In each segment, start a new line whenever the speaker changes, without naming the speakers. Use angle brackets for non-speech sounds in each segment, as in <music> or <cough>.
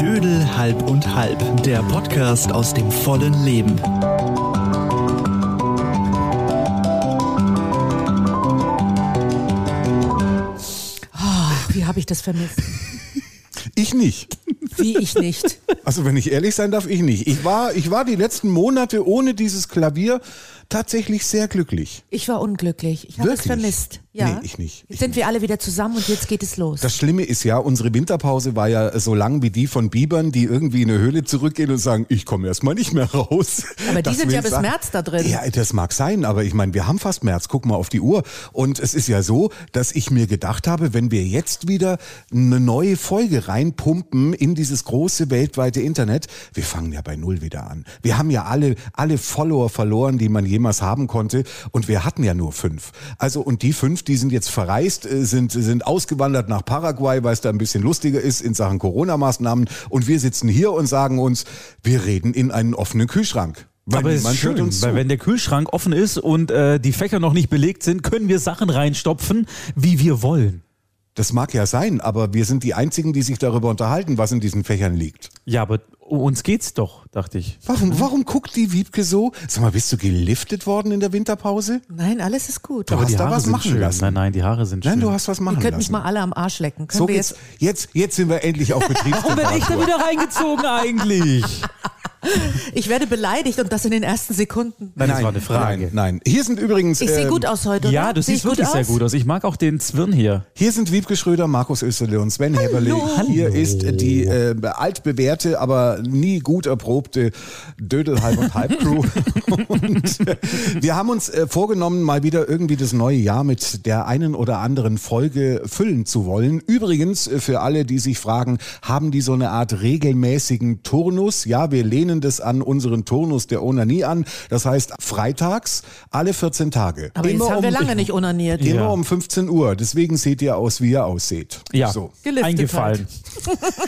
Dödel halb und halb, der Podcast aus dem vollen Leben.
Oh, wie habe ich das vermisst?
Ich nicht.
Wie ich nicht.
Also wenn ich ehrlich sein darf, ich nicht. Ich war, ich war die letzten Monate ohne dieses Klavier tatsächlich sehr glücklich.
Ich war unglücklich. Ich habe es
Wirklich?
vermisst. Ja.
Nee, ich nicht. Ich
Jetzt sind wir alle wieder zusammen und jetzt geht es los.
Das Schlimme ist ja, unsere Winterpause war ja so lang wie die von Bibern, die irgendwie in eine Höhle zurückgehen und sagen, ich komme erstmal nicht mehr raus.
Aber die
Das
sind ja
will
bis
sagen-
März da drin.
Ja, das mag sein, aber ich meine, wir haben fast März, guck mal auf die Uhr. Und es ist ja so, dass ich mir gedacht habe, wenn wir jetzt wieder eine neue Folge reinpumpen in dieses große weltweite Internet, wir fangen ja bei Null wieder an. Wir haben ja alle, alle Follower verloren, die man jemals haben konnte. Und wir hatten ja nur fünf. Also, und die fünf, die sind jetzt verreist, äh, sind, sind ausgewandert nach Paraguay, weil es da ein bisschen lustiger ist in Sachen Corona-Maßnahmen. Und wir sitzen hier und sagen uns, wir reden in einen offenen Kühlschrank. Weil
Aber es ist
niemand hört
schön,
uns
weil
zu.
wenn der Kühlschrank offen ist und äh, die Fächer noch nicht belegt sind, können wir Sachen reinstopfen, wie wir wollen.
Das mag ja sein, aber wir sind die Einzigen, die sich darüber unterhalten, was in diesen Fächern liegt.
Ja, aber uns geht's doch, dachte ich.
Warum, warum guckt die Wiebke so? Sag mal, bist du geliftet worden in der Winterpause?
Nein, alles ist gut.
Doch,
Ihr
Hast da was
sind
machen
schön.
lassen?
Nein, nein, die Haare sind
Nein,
schön.
du hast was machen
könnt
lassen.
mich mal alle am Arsch lecken. Können
so
wir
geht's,
jetzt,
jetzt, jetzt sind wir endlich auf
<laughs> Warum bin ich da
Betriebstemperatur.
wieder
<laughs>
reingezogen eigentlich?
ich werde beleidigt und das in den ersten Sekunden.
Nein, das war eine Frage.
Nein, nein. Hier sind übrigens,
Ich sehe
ähm,
gut aus heute.
Ja,
oder?
du
Sehe
siehst
ich gut
wirklich sehr
aus?
gut aus. Ich mag auch den Zwirn hier.
hier sind Wiebke Schröder, Markus Österle und Sven Heberle. Hier ist die äh, altbewährte, aber nie gut erprobte Dödel halb und halb
<laughs>
Crew. und äh, wir haben uns äh, vorgenommen, mal wieder irgendwie das neue Jahr mit der einen oder anderen Folge füllen zu wollen. Übrigens, äh, für alle, die sich fragen, haben die so eine Art regelmäßigen Turnus? Ja, wir lehnen das an unseren Turnus der Onanie an. Das heißt, freitags alle 14 Tage.
Aber jetzt
Immer
haben wir
um-
lange nicht onaniert.
Immer
Ja.
um 15 Uhr. Deswegen seht ihr aus, wie ihr ausseht.
Ja,
So.
Geliftet halt.
eingefallen.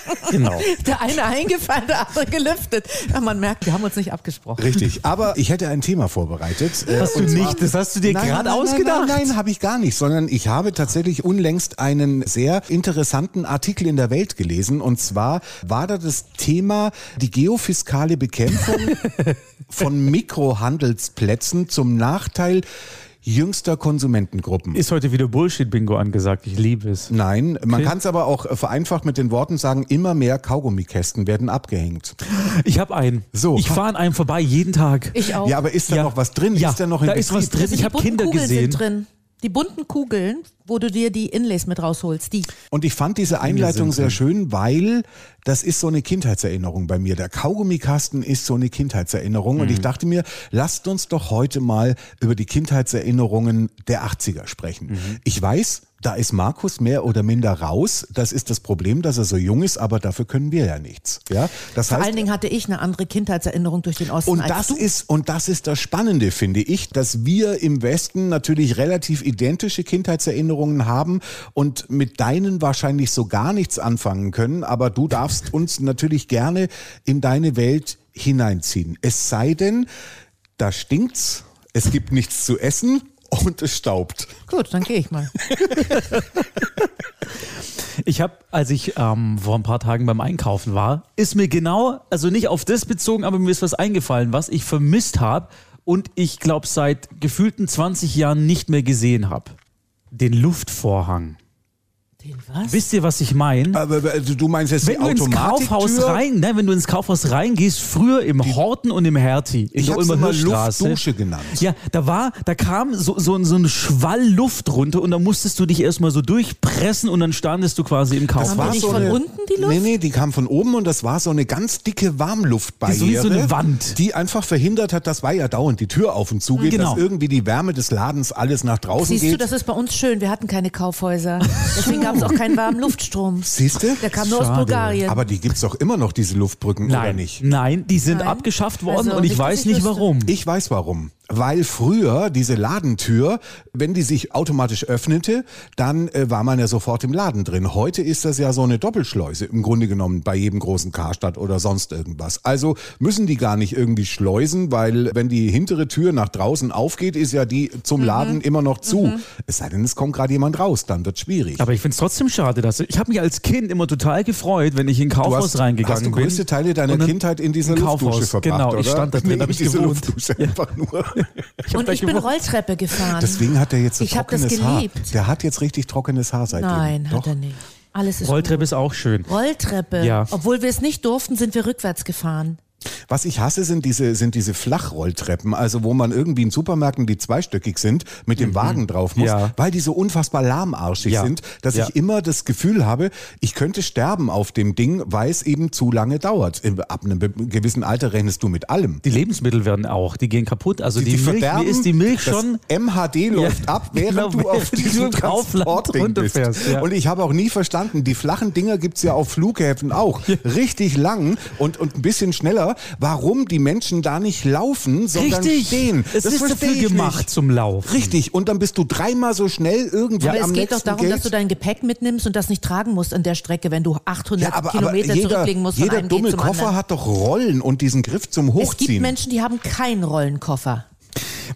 <laughs>
<laughs>
genau.
Der eine eingefallen, der andere gelüftet. Ja, man merkt, wir haben uns nicht abgesprochen.
<laughs>
Richtig. Aber ich hätte ein Thema vorbereitet. äh,
Hast du
und zwar-
nicht, das hast du dir
Nein, nein,
gerade
nein,
ausgedacht.
Nein, nein, nein habe ich gar nicht, sondern ich habe tatsächlich unlängst einen sehr interessanten Artikel in der Welt gelesen. Und zwar war da das Thema die geofiskale
<laughs>
Bekämpfung von Mikrohandelsplätzen zum Nachteil jüngster Konsumentengruppen.
Ist heute wieder Bullshit-Bingo angesagt. Ich liebe
<laughs>
es.
Nein, man kann es aber auch äh, vereinfacht mit den Worten sagen, immer mehr Kaugummikästen werden abgehängt.
Ich habe einen.
So.
Ich fahre an einem vorbei jeden Tag.
Ich auch.
Ja, aber ist da
Ja.
noch was drin?
Ja,
Ist da noch in
da ist was
Betrieb?
drin. Ich
Die
habe
bunten
Kinder
Kugeln
gesehen.
sind drin. Die bunten Kugeln, wo du dir die Inlays mit rausholst. Die.
Und ich fand diese Einleitung sehr schön, weil das ist so eine Kindheitserinnerung bei mir. Der Kaugummikasten ist so eine Kindheitserinnerung. Und
Mhm.
ich dachte mir, lasst uns doch heute mal über die Kindheitserinnerungen der 80er sprechen.
Mhm.
Ich weiß, da ist Markus mehr oder minder raus. Das ist das Problem, dass er so jung ist, aber dafür können wir ja nichts. Ja, das
Vor
heißt,
allen Dingen hatte ich eine andere Kindheitserinnerung durch den Osten.
Und
als
das
du.
ist, und das ist das Spannende, finde ich, dass wir im Westen natürlich relativ identische Kindheitserinnerungen haben und mit deinen wahrscheinlich so gar nichts anfangen können, aber du darfst uns natürlich gerne in deine Welt hineinziehen. Es sei denn, da stinkt's, es gibt nichts zu essen und es staubt.
Gut, dann gehe ich
<laughs>
mal.
Ich habe, als ich ähm, vor ein paar Tagen beim Einkaufen war, ist mir genau, also nicht auf das bezogen, aber mir ist was eingefallen, was ich vermisst habe und ich glaube seit gefühlten 20 Jahren nicht mehr gesehen habe. Den Luftvorhang.
Den was?
Wisst ihr, was ich meine?
Aber aber du meinst jetzt
Wenn
Äh, die
du ins
Automatiktür?
Kaufhaus rein, ne, wenn du ins Kaufhaus reingehst, früher im Horten und im Hertie, in
Ich
der
hab's
Ulmer
immer
Hirschstraße.
Luftdusche genannt.
Ja, da war, da kam so, so, ein- so ein Schwall Luft runter und da musstest du dich erstmal so durchpressen und dann standest du quasi im Kaufhaus.
Das
Kam
war
die nicht
so
von
eine,
unten, die Luft?
Nee, nee, die kam von oben und das war so eine ganz dicke Warmluftbarriere.
Die ist so wie so eine Wand.
Die einfach verhindert hat, das war ja dauernd die Tür auf und zu geht,
Genau.
dass irgendwie die Wärme des Ladens alles nach draußen
Siehst du,
geht.
das ist bei uns schön. Wir hatten keine Kaufhäuser. Deswegen gab es auch keinen warmen Luftstrom.
<laughs> Siehst du?
Der kam nur aus
Schade.
Bulgarien.
Aber die gibt's doch immer noch, diese Luftbrücken, oder
Nein,
nicht?
nein, die sind
Nein.
abgeschafft worden
Also,
und ich
nicht, dass
weiß
ich
nicht
wüsste.
warum.
Ich weiß warum. weil früher diese Ladentür, wenn die sich automatisch öffnete, dann äh, war man ja sofort im Laden drin. Heute ist das ja so eine Doppelschleuse im Grunde genommen bei jedem großen Karstadt oder sonst irgendwas. Also müssen die gar nicht irgendwie schleusen, weil wenn die hintere Tür nach draußen aufgeht, ist ja die zum Laden immer noch zu. Es sei denn, es kommt gerade jemand raus, dann wird schwierig.
Aber ich finde es trotzdem schade, dass ich habe mich als Kind immer total gefreut, wenn ich in ein Kaufhaus
hast-
reingegangen
hast du
bin.
größte Teile deiner
Und dann
Kindheit in dieser
im
Luftdusche
Kaufhaus.
verbracht,
Genau,
oder?
ich
<laughs>
stand da drin,
nee,
hab
in
ich
diese
gewohnt.
Luftdusche einfach
<laughs>
nur.
hab
Und
da
ich bin
gewohnt.
Rolltreppe gefahren.
Deswegen hat er jetzt so
Ich hab das
trockenes Haar.
geliebt.
Der hat jetzt richtig trockenes Haar seitdem.
Nein,
Doch.
hat er nicht. Alles ist
Rolltreppe ist auch schön.
gut. Rolltreppe.
Ja.
Obwohl wir es nicht durften, sind wir rückwärts gefahren.
Was ich hasse, sind diese, sind diese Flachrolltreppen, also wo man irgendwie in Supermärkten, die zweistöckig sind, mit dem Wagen drauf muss,
Mhm. Ja.
weil die so unfassbar lahmarschig
Ja.
sind, dass
Ja.
ich immer das Gefühl habe, ich könnte sterben auf dem Ding, weil es eben zu lange dauert. Ab einem be- gewissen Alter rechnest du mit allem.
Die Lebensmittel werden auch, die gehen kaputt. Also die, Milch,
verderben,
wie ist die Milch
das
schon?
MHD läuft
Ja,
ab, während
genau,
du auf
während du
diesem
im Kaufland
Transportding bist.
runterfährst, ja.
Und ich habe auch nie verstanden, die flachen Dinger gibt's ja auf Flughäfen auch. Richtig lang und, und ein bisschen schneller. Warum die Menschen da nicht laufen, sondern
Richtig.
stehen.
Es ist
verstehe
dafür
ich
gemacht zum Laufen.
Richtig. Und dann bist du dreimal so schnell irgendwie
Aber
am
es geht
nächsten
doch darum,
Gate.
dass du dein Gepäck mitnimmst und das nicht tragen musst an der Strecke, wenn du 800
ja, aber, aber
Kilometer
jeder,
zurücklegen musst von
jeder
einem
dumme
Gate zum
Koffer
anderen.
hat doch Rollen und diesen Griff zum
es gibt
Hochziehen.
Menschen, die haben keinen Rollenkoffer.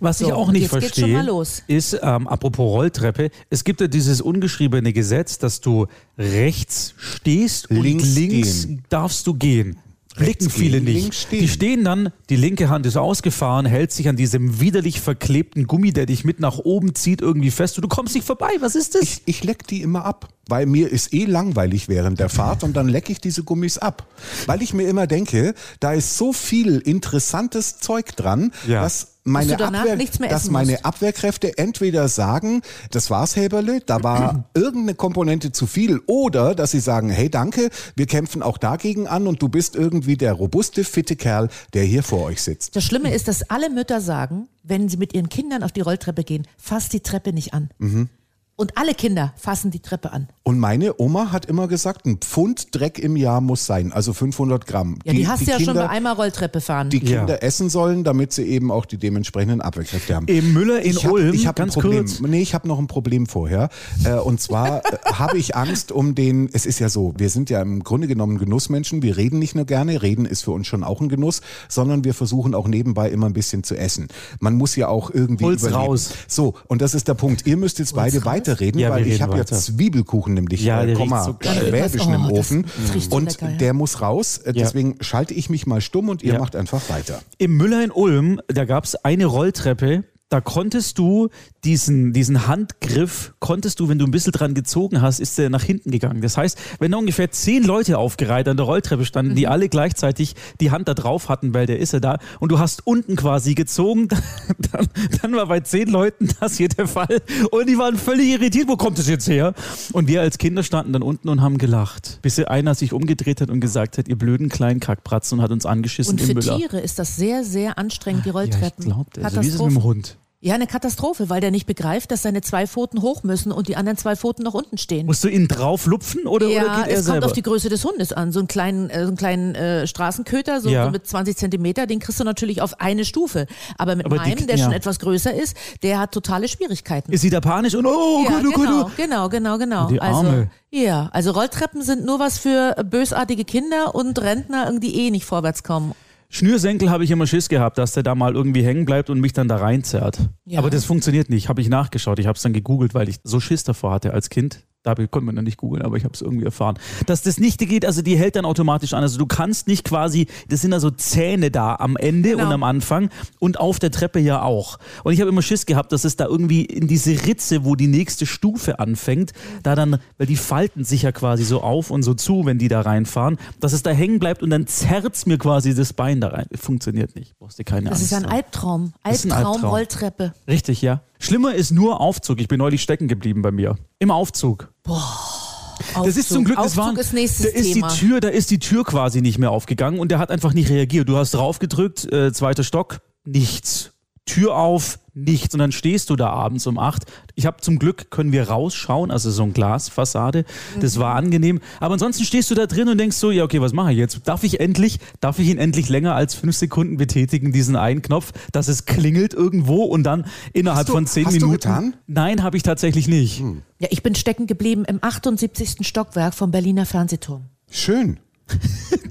Was ich
So,
auch nicht
jetzt geht's schon
verstehe,
mal los.
ist, ähm, apropos Rolltreppe, es gibt ja dieses ungeschriebene Gesetz, dass du rechts stehst und
Links
links,
gehen.
darfst du gehen. Blicken
Rechts
viele
gehen,
nicht.
links stehen.
Die stehen dann, die linke Hand ist ausgefahren, hält sich an diesem widerlich verklebten Gummi, der dich mit nach oben zieht, irgendwie fest und du kommst nicht vorbei. Was ist das?
ich, ich leck die immer ab, weil mir ist eh langweilig während der Fahrt und dann leck ich diese Gummis ab. Weil ich mir immer denke, da ist so viel interessantes Zeug dran,
Ja.
dass meine,
Dass du danach
Abwehr,
nichts mehr
dass
essen
meine
musst.
Abwehrkräfte entweder sagen, das war's, Häberle, da war irgendeine Komponente zu viel, oder dass sie sagen, hey, danke, wir kämpfen auch dagegen an und du bist irgendwie der robuste, fitte Kerl, der hier vor euch sitzt.
Das Schlimme ist, dass alle Mütter sagen, wenn sie mit ihren Kindern auf die Rolltreppe gehen, fasst die Treppe nicht an.
Mhm.
Und alle Kinder fassen die Treppe an.
Und meine Oma hat immer gesagt, ein Pfund Dreck im Jahr muss sein, also 500 Gramm.
Ja, die, hast du ja schon
Kinder-
bei einmal Rolltreppe fahren.
die
Ja.
Kinder essen sollen, damit sie eben auch die dementsprechenden Abwehrkräfte haben.
Im Müller in
ich hab,
Ulm,
ich hab
ganz
ein Problem.
kurz.
Nee, ich habe noch ein Problem vorher. Äh, und zwar
<laughs>
äh, habe ich Angst um den, es ist ja so, wir sind ja im Grunde genommen Genussmenschen, wir reden nicht nur gerne, reden ist für uns schon auch ein Genuss, sondern wir versuchen auch nebenbei immer ein bisschen zu essen. Man muss ja auch irgendwie
Hol's
überleben.
raus.
So, und das ist der Punkt. Ihr müsst jetzt beide weiterreden,
Ja, wir
weil ich
reden
habe ja
weiter.
Zwiebelkuchen nämlich,
Ja,
äh,
der riecht
Komma,
so geil.
schwäbisch
Oh,
im
das-
Ofen.
das riecht so
und
lecker, ja.
der muss raus, äh,
Ja.
deswegen schalte ich mich mal stumm und ihr
Ja.
macht einfach weiter.
Im Müller in Ulm, da gab es eine Rolltreppe, da konntest du diesen, diesen Handgriff, konntest du, wenn du ein bisschen dran gezogen hast, ist der nach hinten gegangen. Das heißt, wenn da ungefähr zehn Leute aufgereiht an der Rolltreppe standen,
Mhm.
die alle gleichzeitig die Hand da drauf hatten, weil der ist ja da, und du hast unten quasi gezogen, <laughs> dann, dann war bei zehn Leuten das hier der Fall. Und die waren völlig irritiert, wo kommt das jetzt her? Und wir als Kinder standen dann unten und haben gelacht, bis einer sich umgedreht hat und gesagt hat, ihr blöden kleinen Kackbratzen und hat uns angeschissen
und für
im Müller.
Tiere ist das sehr, sehr anstrengend, die
Ja, ich
Rolltreppen.
glaub, also wie ist es mit
Katastrophe.
dem Hund?
ja, eine Katastrophe, weil der nicht begreift, dass seine zwei Pfoten hoch müssen und die anderen zwei Pfoten noch unten stehen.
Musst du ihn drauf lupfen oder, oder
ja,
geht er
es kommt
selber?
auf die Größe des Hundes an. So einen kleinen, äh, so einen kleinen äh, Straßenköter, so,
Ja.
so mit 20 Zentimeter, den kriegst du natürlich auf eine Stufe. Aber mit
Aber die-
meinem, der schon
ja.
etwas größer ist, der hat totale Schwierigkeiten.
Ist sie da panisch und oh
ja,
Gott, oh Gott,
genau,
oh.
genau, genau, genau.
Die
Also,
Arme.
ja, also Rolltreppen sind nur was für äh, bösartige Kinder und Rentner, die eh nicht vorwärts kommen.
Schnürsenkel habe ich immer Schiss gehabt, dass der da mal irgendwie hängen bleibt und mich dann da reinzerrt.
Ja.
Aber das funktioniert nicht. Habe ich nachgeschaut. Ich habe es dann gegoogelt, weil ich so Schiss davor hatte als Kind. Da konnte man dann nicht googeln, aber ich habe es irgendwie erfahren. Dass das nicht geht, also die hält dann automatisch an. Also du kannst nicht quasi, das sind also Zähne da am Ende
Genau.
und am Anfang und auf der Treppe ja auch. Und ich habe immer Schiss gehabt, dass es da irgendwie in diese Ritze, wo die nächste Stufe anfängt, da dann, weil die falten sich ja quasi so auf und so zu, wenn die da reinfahren, dass es da hängen bleibt und dann zerrt's mir quasi das Bein da rein. Funktioniert nicht. Brauchst dir keine
Das
Angst.
ist ja ein
haben.
Albtraum.
ist ein Albtraum.
Albtraum, Rolltreppe.
Richtig, ja. Schlimmer ist nur Aufzug. Ich bin neulich stecken geblieben bei mir. Im Aufzug.
Aufzug.
Das ist zum Glück, das
Aufzug
war,
ist nächstes
da ist
Thema.
die Tür, da ist die Tür quasi nicht mehr aufgegangen und der hat einfach nicht reagiert. Du hast draufgedrückt, äh, zweiter Stock, nichts. Tür auf, nichts. Und dann stehst du da abends um acht. Ich habe zum Glück, können wir rausschauen, also so ein Glasfassade. Das war
Mhm.
angenehm. Aber ansonsten stehst du da drin und denkst so, ja, okay, was mache ich jetzt? Darf ich endlich, darf ich ihn endlich länger als fünf Sekunden betätigen, diesen einen Knopf, dass es klingelt irgendwo und dann innerhalb
Hast du-
von zehn
hast du
Minuten.
getan? Hm.
Nein, habe ich tatsächlich nicht.
Ja, ich bin stecken geblieben im 78. Stockwerk vom Berliner Fernsehturm.
Schön.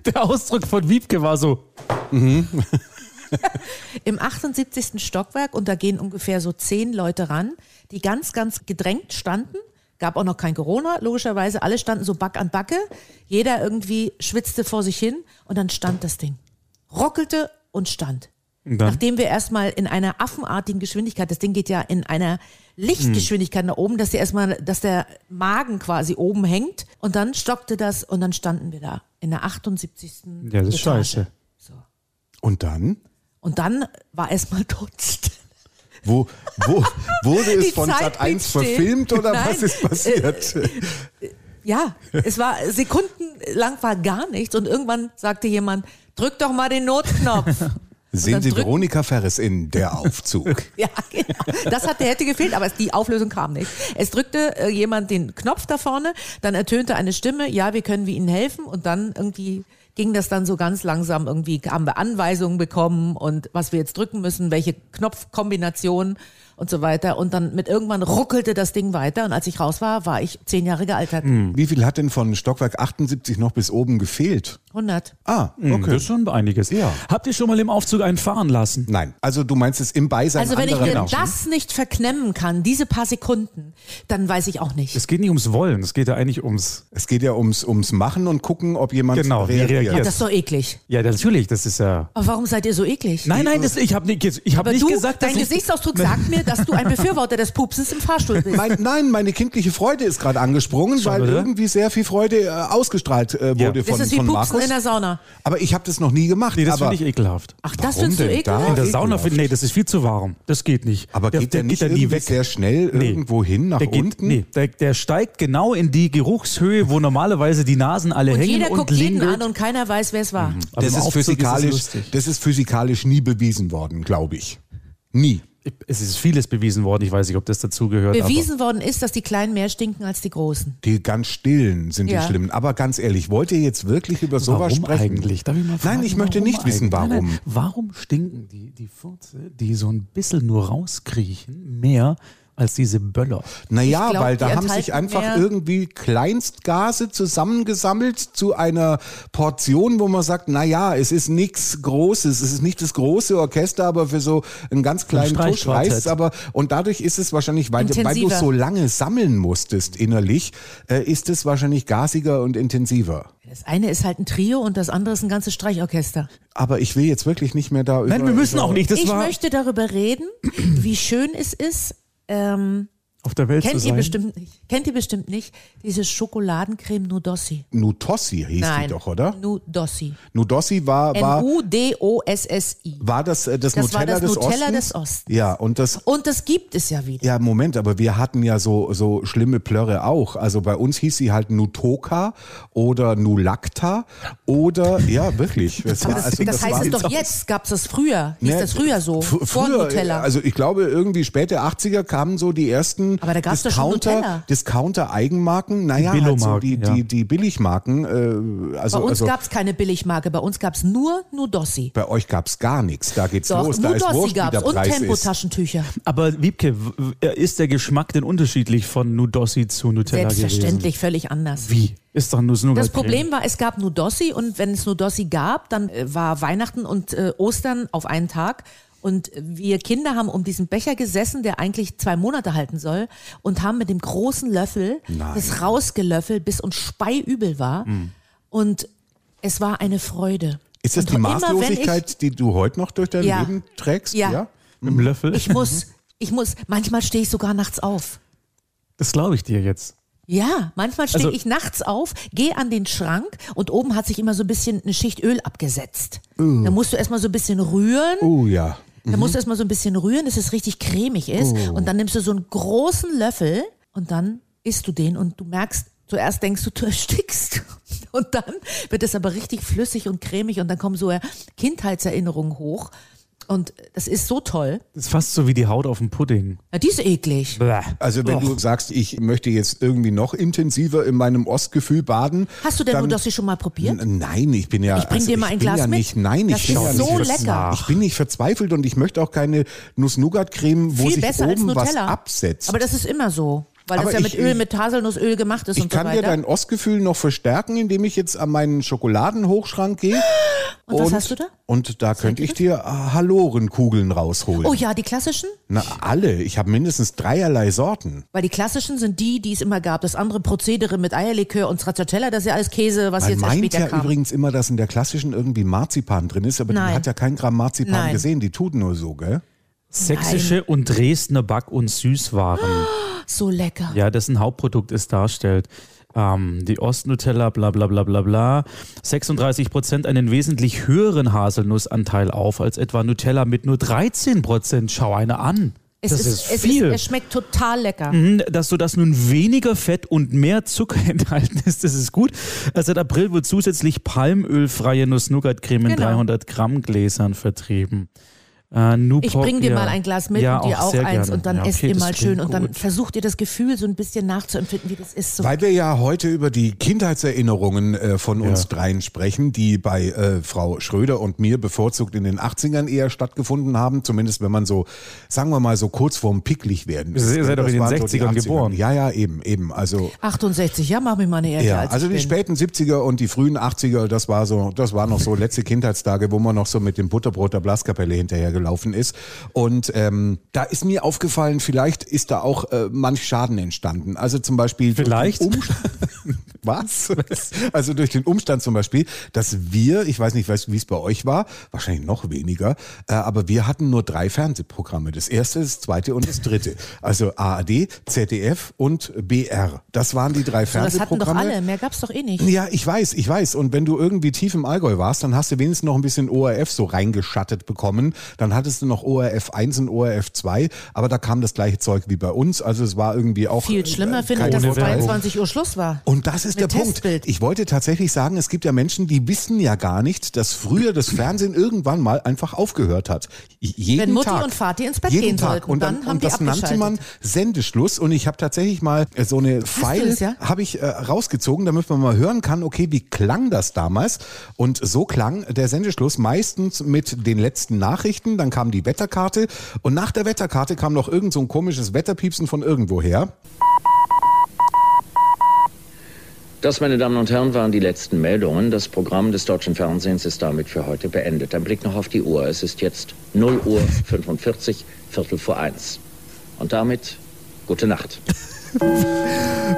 Der Ausdruck von Wiebke war so,
Im 78. Stockwerk und da gehen ungefähr so zehn Leute ran, die ganz, ganz gedrängt standen. Gab auch noch kein Corona, logischerweise. Alle standen so Back an Backe. Jeder irgendwie schwitzte vor sich hin und dann stand das Ding. Rockelte und stand.
dann?
Nachdem wir erstmal in einer affenartigen Geschwindigkeit, das Ding geht ja in einer Lichtgeschwindigkeit nach oben, dass der erstmal, dass der Magen quasi oben hängt und dann stockte das und dann standen wir da in der 78.
Ja, das ist scheiße.
So.
Und dann?
Und dann war <laughs> erstmal Dunst.
Wo,
<laughs>
wo, wurde es
Die
von
Zeit
Sat 1
blieb stehen.
verfilmt oder
Nein,
was
<laughs>
ist passiert?
Ja, es war sekundenlang war gar nichts und irgendwann sagte jemand, drück doch mal den Notknopf.
Sehen
dann
Sie
drücken-
Veronika Ferres in
<laughs>
Der Aufzug.
Ja, genau. Das hat, hätte gefehlt, aber es, die Auflösung kam nicht. Es drückte äh, jemand den Knopf da vorne, dann ertönte eine Stimme, ja, wir können wir Ihnen helfen und dann irgendwie ging das dann so ganz langsam irgendwie, haben wir Anweisungen bekommen und was wir jetzt drücken müssen, welche Knopfkombination und so weiter und dann mit irgendwann ruckelte das Ding weiter und als ich raus war, war ich zehn Jahre gealtert.
Wie viel hat denn von Stockwerk 78 noch bis oben gefehlt?
100.
Ah,
hm,
okay.
das ist schon einiges.
Ja.
Habt ihr schon mal im Aufzug einen fahren lassen?
Nein, also du meinst es im Beisein
Also wenn ich
anderer
mir
Menschen.
das nicht verklemmen kann, diese paar Sekunden, dann weiß ich auch nicht.
Es geht nicht ums Wollen, es geht ja eigentlich ums.
Es geht ja ums, ums Machen und gucken, ob jemand
Genau, wie
reagiert.
reagiert.
Das ist doch eklig.
Ja, natürlich, das ist ja.
Aber warum seid ihr so eklig?
Nein, nein, das, ich habe nicht, jetzt- ich hab
Aber
nicht
du,
gesagt, dass
dein
ich,
Gesichtsausdruck sagt mir, dass du ein Befürworter des Pupsens im Fahrstuhl bist.
Mein, nein, meine kindliche Freude ist gerade angesprungen, weil
bitte?
irgendwie sehr viel Freude äh, ausgestrahlt äh,
Ja.
wurde
Das
von,
das ist wie
von
Pupsen
Markus.
in der Sauna.
aber ich habe das noch nie gemacht.
Nee, das
aber
finde ich ekelhaft.
Ach, das
Warum
findest du
denn da?
In
ekelhaft?
der Sauna
ekelhaft.
finde nee, das ist viel zu warm. Das geht nicht.
aber geht der, nicht
da
irgendwie sehr schnell
Nee.
irgendwo hin, nach
der geht,
unten?
Nee, der, der steigt genau in die Geruchshöhe, wo normalerweise die Nasen alle
Und
hängen
jeder
und
guckt jeden
lingelt. Mhm.
an und keiner weiß, wer es war.
Aber
Das
im
ist,
Aufzug
physikalisch,
Ist es, lustig.
das ist physikalisch nie bewiesen worden, glaube ich. Nie.
es ist vieles bewiesen worden. Ich weiß nicht, ob das dazugehört.
Bewiesen worden ist, dass die Kleinen mehr stinken als die Großen.
Die ganz stillen sind
Ja.
die schlimmen. Aber ganz ehrlich, wollt ihr jetzt wirklich über sowas
Warum
sprechen?
eigentlich? Darf ich mal fragen,
Nein, ich möchte
warum
nicht wissen,
eigentlich?
warum.
Nein, nein. Warum stinken die, die Furze, die so ein bisschen nur rauskriechen, mehr als diese Böller?
Naja,
Ich glaub,
weil da
die
haben sich
enthalten
einfach
mehr-
irgendwie Kleinstgase zusammengesammelt zu einer Portion, wo man sagt, naja, es ist nichts Großes, es ist nicht das große Orchester, aber für so einen ganz kleinen Tusch
Streichquartett.
reißt aber und dadurch ist es wahrscheinlich, weil, weil du
Intensiver.
so lange sammeln musstest innerlich, äh, ist es wahrscheinlich gasiger und intensiver.
Das eine ist halt ein Trio und das andere ist ein ganzes Streichorchester.
Aber ich will jetzt wirklich nicht mehr da über,
Nein, wir müssen
über,
auch nicht. Das
ich
war
möchte darüber reden, wie schön es ist. Ähm,
auf der Welt zu
kennt ihr
sein.
bestimmt nicht. Kennt ihr bestimmt nicht diese Schokoladencreme Nudossi?
Nutossi hieß
Nein,
die doch, oder?
Nudossi.
Nudossi war, war,
N-U-D-O-S-S-I.
war das, äh, das,
Das war
Nutella
das
des
Nutella
Ostens?
des Ostens.
Ja, und das
Und das gibt es ja wieder.
Ja, Moment, aber wir hatten ja so, so schlimme Plörre auch. Also bei uns hieß sie halt Nutoka oder Nulacta oder, ja, wirklich. Das,
Aber <laughs>
war-
das,
also
das, heißt
war-
es doch jetzt, gab es das früher. Hieß
Ne,
das früher so,
fr-
vor
früher,
Nutella.
Also ich glaube, irgendwie späte 80er kamen so die ersten
Aber da gab's doch schon
Discounter,
Nutella.
Discounter-Eigenmarken. Naja, halt so die,
Billo-Marken, ja.
die, die Billigmarken. Äh, also,
bei uns
also,
gab es keine Billigmarke, bei uns gab es nur Nudossi.
bei euch gab's gar nichts. Da geht's
Doch,
los. Da ist
Nudossi
Wurst, wie
gab
der
es und
Preis ist.
Tempotaschentücher.
Aber Wiebke, w- w- ist der Geschmack denn unterschiedlich von Nudossi zu Nutella
Selbstverständlich, völlig anders.
gewesen? Wie? Ist doch nur
Das Problem war, es gab Nudossi und wenn es Nudossi gab, dann äh, war Weihnachten und äh, Ostern auf einen Tag. Und äh, wir Kinder haben um diesen Becher gesessen, der eigentlich zwei Monate halten soll, und haben mit dem großen Löffel das rausgelöffelt, bis uns speiübel war. Und es war eine Freude.
Mm. Ist das
und
die
immer, wenn
Maßlosigkeit, die du heute noch durch dein
Ja.
Leben trägst?
Ja.
Mit dem Löffel?
Ich, ich muss, ich muss, manchmal stehe ich sogar nachts auf.
das glaube ich dir jetzt.
Ja, manchmal stehe
Also-
ich nachts auf, gehe an den Schrank und oben hat sich immer so ein bisschen eine Schicht Öl abgesetzt.
Uh.
Da musst du erstmal so ein bisschen rühren.
Oh ja.
Da musst du erstmal so ein bisschen rühren, dass es richtig cremig ist.
Oh.
Und dann nimmst du so einen großen Löffel und dann isst du den und du merkst, zuerst denkst du, <laughs> du erstickst. Und dann wird es aber richtig flüssig und cremig und dann kommen so Kindheitserinnerungen hoch. Und das ist so toll.
Das ist fast so wie die Haut auf dem Pudding.
Ja, die ist eklig.
Bäh.
Also wenn du sagst, ich möchte jetzt irgendwie noch intensiver in meinem Ostgefühl baden.
Hast du denn
dann-
Nudossi schon mal probiert?
N- Nein, ich bin ja.
Ich bring dir mal ein
bin
Glas
ja
mit.
Nicht, nein,
Das
ich bin
ist
ja
so
nicht vers-
lecker.
Ich bin nicht verzweifelt und ich möchte auch keine Nuss-Nougat-Creme, wo
Viel
sich
besser als
oben was
Nutella.
absetzt.
Aber das ist immer so. Weil
Aber
das ja
ich-
mit Öl,
ich-
mit Haselnussöl gemacht ist
ich
und so
kann dir
weiter.
dein Ostgefühl noch verstärken, indem ich jetzt an meinen Schokoladenhochschrank gehe.
Und was hast du da?
Und da könnte ich dir äh, Halorenkugeln rausholen.
oh ja, die klassischen?
Na, alle. Ich habe mindestens dreierlei Sorten.
Weil die klassischen sind die, die es immer gab. Das andere Prozedere mit Eierlikör und Stracciatella, das ist ja alles Käse, was
Man
jetzt erst
meint
später
ja
kam.
übrigens immer, dass in der klassischen irgendwie Marzipan drin ist, aber
Nein.
die hat ja kein Gramm Marzipan
Nein.
gesehen. Die tut nur so, gell?
Sächsische und Dresdner Back- und Süßwaren.
so lecker.
Ja, dessen Hauptprodukt es darstellt. Ähm, die Ostnutella, bla bla bla bla bla. 36 Prozent einen wesentlich höheren Haselnussanteil auf als etwa Nutella mit nur 13 Prozent. Schau eine an.
es
das
ist,
ist,
es
viel.
Ist, es schmeckt total lecker.
Mhm, dass so das nun weniger Fett und mehr Zucker <laughs> enthalten ist, das ist gut. Also Seit April wird zusätzlich palmölfreie Nuss-Nougat-Creme in
Genau.
300 Gramm Gläsern vertrieben. Äh, Newport,
Ich bring dir
ja.
mal ein Glas mit
ja,
und dir auch,
sehr
eins
gerne.
und dann
ja, okay,
esst ihr
das
mal schön
klingt
und dann
gut.
versucht ihr das Gefühl so ein bisschen nachzuempfinden, wie das ist. So.
Weil wir ja heute über die Kindheitserinnerungen äh, von uns
Ja.
dreien sprechen, die bei äh, Frau Schröder und mir bevorzugt in den 80ern eher stattgefunden haben, zumindest wenn man so, sagen wir mal, so kurz vorm Picklig werden. ist.
Ihr seid doch
Das
in den
waren so die
60ern
80er.
geboren.
Ja, ja, eben, eben. Also
68, ja, mach mich mal eine Erde.
Ja,
als
also
ich
die
bin.
späten 70er und die frühen 80er, das war so, das war noch so letzte Kindheitstage, wo man noch so mit dem Butterbrot der Blaskapelle hinterhergelaufen ist. Und ähm, da ist mir aufgefallen, vielleicht ist da auch äh, manch Schaden entstanden. Also zum Beispiel durch den
Vielleicht?
Umstand-
<laughs>
Was? Also durch den Umstand zum Beispiel, dass wir, ich weiß nicht, weiß- wie es bei euch war, wahrscheinlich noch weniger, äh, aber wir hatten nur drei Fernsehprogramme. Das erste, das zweite und das dritte. Also ARD, ZDF und BR. Das waren die drei
Das hatten doch
Fernsehprogramme.
alle, mehr gab's doch eh nicht.
Ja, ich weiß, ich weiß. Und wenn du irgendwie tief im Allgäu warst, dann hast du wenigstens noch ein bisschen ORF so reingeschattet bekommen. Dann hattest du noch ORF 1 und ORF 2, aber da kam das gleiche Zeug wie bei uns. Also es war irgendwie auch.
Viel schlimmer finde ich,
Äh, keine
dass es
Unterhaltung.
22 Uhr Schluss war.
Und das ist der
Mit
Punkt.
Testbild.
Ich wollte tatsächlich sagen, es gibt ja Menschen, die wissen ja gar nicht, dass früher das Fernsehen irgendwann mal einfach aufgehört hat. J- Jeden
Wenn Mutti
Tag.
und Vati ins Bett
jeden
gehen
Tag.
sollten,
und dann,
dann haben
und
die
das nannte man Sendeschluss. Und ich habe tatsächlich mal äh, so eine Pfeil
das, ja?
habe ich äh, rausgezogen, damit man mal hören kann, okay, wie klang das damals? Und so klang der Sendeschluss meistens mit den letzten Nachrichten. Dann kam die Wetterkarte und nach der Wetterkarte kam noch irgend so ein komisches Wetterpiepsen von irgendwoher.
Das, meine Damen und Herren, waren die letzten Meldungen. Das Programm des deutschen Fernsehens ist damit für heute beendet. Ein Blick noch auf die Uhr. Es ist jetzt 0 Uhr 45, Viertel vor eins. Und damit gute Nacht.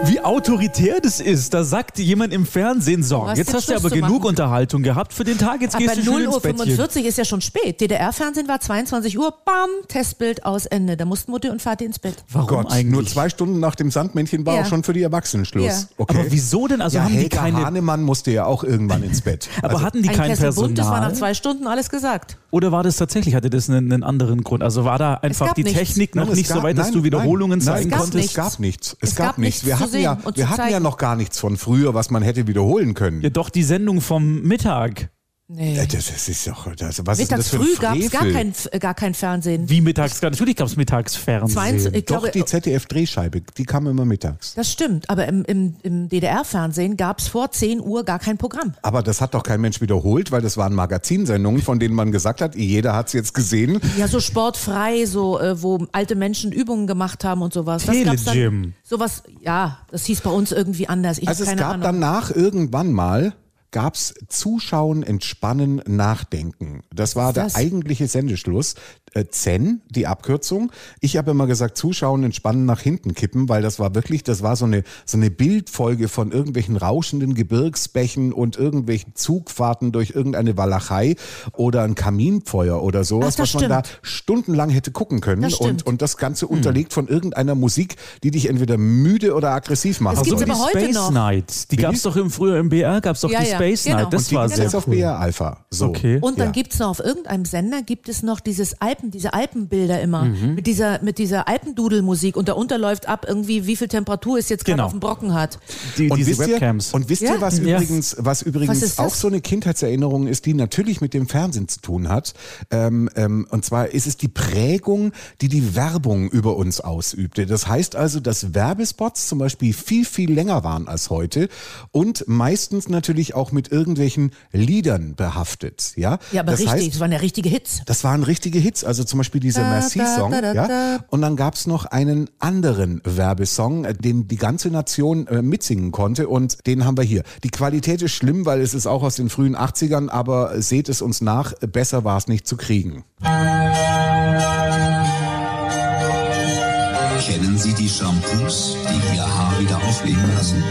Wie autoritär das ist, da sagt jemand im Fernsehen, so,
Du hast
jetzt
jetzt
hast du
Schluss
aber
zu
genug
machen.
Unterhaltung gehabt für den Tag, jetzt
Aber
gehst du
0
schön
Uhr
ins Bettchen.
45 ist ja schon spät. DDR-Fernsehen war 22 Uhr, bam, Testbild aus Ende. Da mussten Mutti und Vati ins Bett.
Warum
Gott,
eigentlich?
nur zwei Stunden nach dem Sandmännchen war
Ja.
auch schon für die Erwachsenen Schluss.
Ja.
Okay.
Aber wieso denn? Also
ja,
haben die
Helga
keine,
Hahnemann musste ja auch irgendwann ins Bett.
<laughs>
Also,
aber hatten die
Ein
kein
Kessel bunt, das war nach
Personal?
zwei Stunden alles gesagt.
Oder war das tatsächlich, hatte das einen, einen anderen Grund? Also war da einfach
gab
die
nichts.
Technik
Nein,
noch
es
nicht so
gab-
weit, dass
nein,
du Wiederholungen
nein,
zeigen
gab
nein,
konntest?
Es gab nichts. Es,
Es
gab,
gab
nichts.
nichts
Wir
zu
hatten, ja,
sehen und
wir
zu
hatten ja
zeigen.
noch gar nichts von früher, was man hätte wiederholen können.
Ja, doch die Sendung vom Mittag.
Nee.
Das, das ist doch, das,
Mittags
was ist denn das für
früh
ein
gab es gar
Frevel?
kein, äh, gar kein Fernsehen.
Wie mittags? Also Natürlich gab es Mittagsfernsehen.
22, ich
Doch,
glaube,
die ZDF-Drehscheibe, die kam immer mittags.
das stimmt, aber im, im, im DDR-Fernsehen gab es vor 10 Uhr gar kein Programm.
Aber das hat doch kein Mensch wiederholt, weil das waren Magazinsendungen, von denen man gesagt hat, jeder hat es jetzt gesehen.
Ja, so sportfrei, so äh, wo alte Menschen Übungen gemacht haben und sowas. Das gab's
Telegym.
dann, sowas, ja, das hieß bei uns irgendwie anders. Ich
Also
hab
es
keine
gab
Ahnung.
danach irgendwann mal gab's Zuschauen, Entspannen, Nachdenken. Das war der
das?
eigentliche Sendeschluss. Äh, Zen, die Abkürzung. Ich habe immer gesagt Zuschauen, Entspannen, nach hinten kippen, weil das war wirklich, das war so eine so eine Bildfolge von irgendwelchen rauschenden Gebirgsbächen und irgendwelchen Zugfahrten durch irgendeine Walachei oder ein Kaminfeuer oder sowas,
Ach, das
was man da
stimmt.
stundenlang hätte gucken können
Das
und
stimmt. Hm.
und das Ganze unterlegt von irgendeiner Musik, die dich entweder müde oder aggressiv machen
Es
soll.
gibt's
Also die
aber heute
Space
noch.
Night, die gab es doch im früher im BR, gab es doch
Ja,
die
ja.
Space Space Night,
Genau.
das
Und die
war
gibt's
sehr
jetzt auf
cool.
BR Alpha. So.
Okay.
Und dann
Ja.
gibt's noch auf irgendeinem Sender gibt es noch dieses Alpen, diese Alpenbilder immer
Mhm.
mit dieser mit dieser Alpendudelmusik und darunter läuft ab irgendwie wie viel Temperatur es jetzt gerade
Genau.
auf dem Brocken hat.
Die,
und
diese
wisst
Webcams.
Ihr, und wisst
Ja.
ihr, was
Ja.
übrigens, was übrigens
Was ist das?
auch so eine Kindheitserinnerung ist, die natürlich mit dem Fernsehen zu tun hat? Ähm, ähm, und zwar ist es die Prägung, die die Werbung über uns ausübte. Das heißt also, dass Werbespots zum Beispiel viel, viel länger waren als heute und meistens natürlich auch mit irgendwelchen Liedern behaftet. Ja,
Ja, aber
das
richtig,
heißt,
es waren ja richtige Hits.
das waren richtige Hits, also zum Beispiel dieser
Da,
Merci-Song.
da, da, da,
Ja?
da.
Und dann gab's noch einen anderen Werbesong, äh, den die ganze Nation äh, mitsingen konnte und den haben wir hier. Die Qualität ist schlimm, weil es ist auch aus den frühen 80ern, aber seht es uns nach, äh, besser war's nicht zu kriegen.
Kennen Sie die Shampoos, die Ihr Haar wieder aufleben lassen?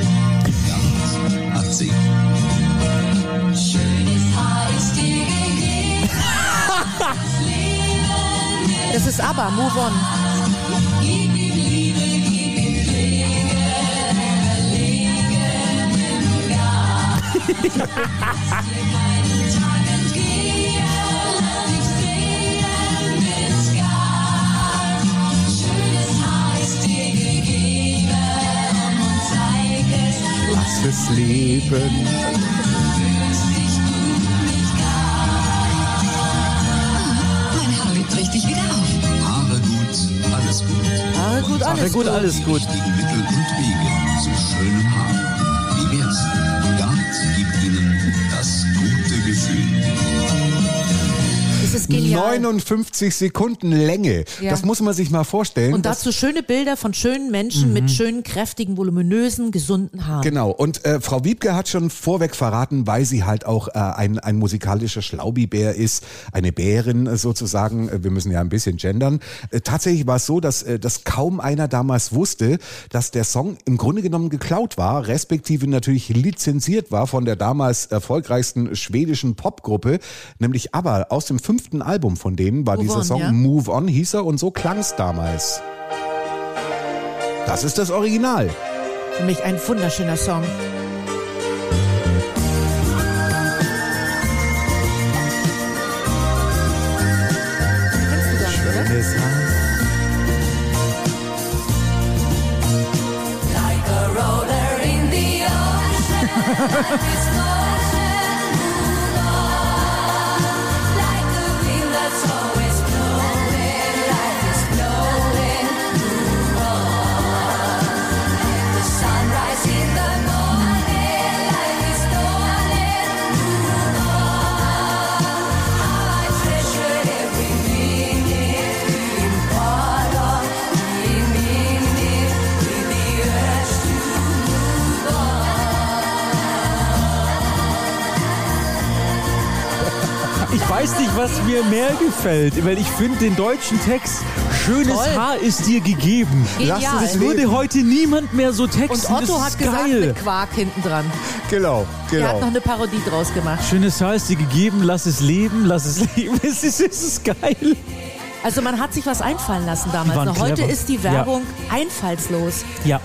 Ja, hat sie.
Das ist aber Move on.
Was fürs Leben.
Mein Haar lebt richtig wieder auf.
Haare gut, alles gut.
Ah, gut,
Sehr
alles
gut,
gut.
alles gut.
Die Mittel und Wege zu schönem Haar. Wie wär's? Gart gibt Ihnen das gute Gefühl.
Das ist genial.
59 Sekunden Länge.
Ja.
Das muss man sich mal vorstellen.
und
dass-
dazu schöne Bilder von schönen Menschen
Mhm.
mit schönen, kräftigen, voluminösen, gesunden Haaren.
Genau, und äh, Frau Wiebke hat schon vorweg verraten, weil sie halt auch äh, ein, ein musikalischer Schlaubibär ist, eine Bärin äh, sozusagen, Äh, wir müssen ja ein bisschen gendern. Äh, tatsächlich war es so, dass, äh, dass kaum einer damals wusste, dass der Song im Grunde genommen geklaut war, respektive natürlich lizenziert war von der damals erfolgreichsten schwedischen Popgruppe, nämlich ABBA. Aus dem fünften Album von denen war
Move
dieser
on,
Song
ja.
Move On hieß er und so klang es damals. Das ist das Original.
Für mich ein wunderschöner Song. Kennst du gar nicht, oder?
Ich weiß nicht, was mir mehr gefällt, weil ich finde den deutschen Text Schönes
Toll.
Haar ist dir gegeben.
Genial.
Lass es würde heute niemand mehr so
Und
texten.
Otto
das
hat
ist
gesagt,
geil.
mit Quark hinten dran.
Genau,
Er
genau.
hat noch eine Parodie draus gemacht.
Schönes Haar ist dir gegeben, lass es leben, lass es leben. <laughs> Es ist, es ist geil.
Also man hat sich was einfallen lassen damals.
waren
noch. Heute
clever.
ist die Werbung einfallslos.
Ja.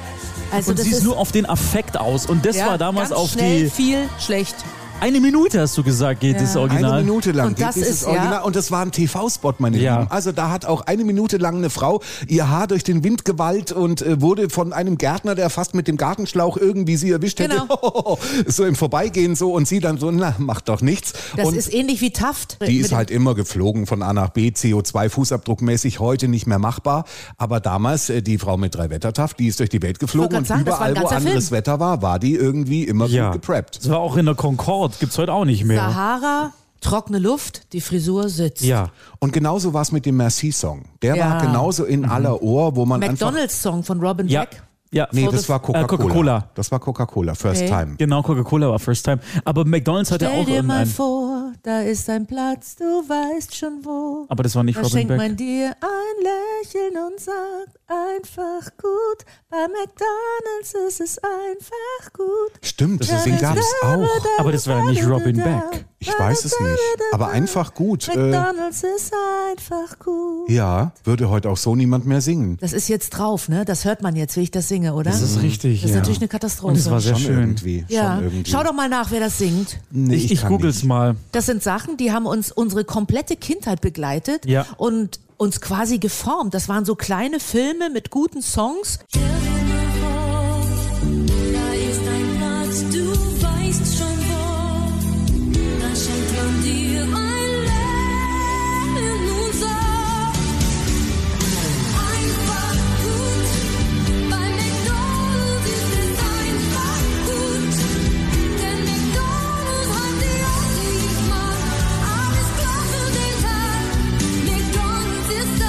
Also
und
das
sie ist
ist
nur auf den Affekt aus. Und das
ja,
war damals
ganz
auf
schnell
die.
viel schlecht.
Eine Minute hast du gesagt, geht das Original.
Eine Minute lang
Und
geht
das
dieses
ist, ja-
Original. Und das war ein TV-Spot, meine
Ja.
Lieben. Also da hat auch eine Minute lang eine Frau ihr Haar durch den Wind gewallt und äh, wurde von einem Gärtner, der fast mit dem Gartenschlauch irgendwie sie erwischt hätte,
Genau.
<laughs> so im Vorbeigehen so und sie dann so, na, macht doch nichts.
Das
und
ist ähnlich wie Taft.
die
Mit
ist
dem-
halt immer geflogen von A nach B, CO2-Fußabdruckmäßig heute nicht mehr machbar. Aber damals, äh, die Frau mit drei Wettertaft, die ist durch die Welt geflogen
wollte gerade sagen,
und
das war ein
überall, wo
ganzer
anderes
Film.
Wetter war, war die irgendwie immer
Ja.
gut gepreppt.
Das war auch in der Concorde, gibt's heute auch nicht mehr.
Sahara, trockene Luft, die Frisur sitzt.
Ja.
Und genauso war es mit dem Merci-Song. Der
Ja.
war genauso in
Mhm.
aller Ohr, wo man einfach...
McDonalds-Song von Robin
Ja.
Beck.
Ja.
Nee,
Vor
das
the-
war Coca-Cola.
äh, Coca-Cola.
Das war Coca-Cola, First
Okay.
Time.
Genau, Coca-Cola war First Time. Aber McDonalds hatte
Stell
auch
dir mal
irgendeinen.
vor, da ist ein Platz, du weißt schon wo.
Aber das war nicht
Da
Robin
schenkt
Beck.
man dir ein Lächeln und sagt einfach gut. Bei McDonalds ist es einfach gut.
Stimmt, so singt er das auch.
Aber das war ja nicht Robin Beck.
Ich weiß es nicht. Aber einfach gut. Äh,
McDonalds ist einfach gut.
ja, würde heute auch so niemand mehr singen.
Das ist jetzt drauf, ne? Das hört man jetzt, wie ich das singe, oder?
Das ist richtig.
Das ist
ja.
natürlich eine Katastrophe.
Und es war sehr
Schon
schön.
irgendwie.
ja.
Schon irgendwie.
Schau doch mal nach, wer das singt.
Nee,
ich ich
kann
google's
nicht.
mal.
Das sind Sachen, die haben uns unsere komplette Kindheit begleitet
Ja.
und uns quasi geformt. Das waren so kleine Filme mit guten Songs.
Da ist ein Platz, du weißt schon wo. Da schenkt man dir ein Leben und so. Einfach gut. Bei McDonald's ist es einfach gut. Denn McDonald's hat die Orte, ich mag. Alles klar für den Tag. McDonald's ist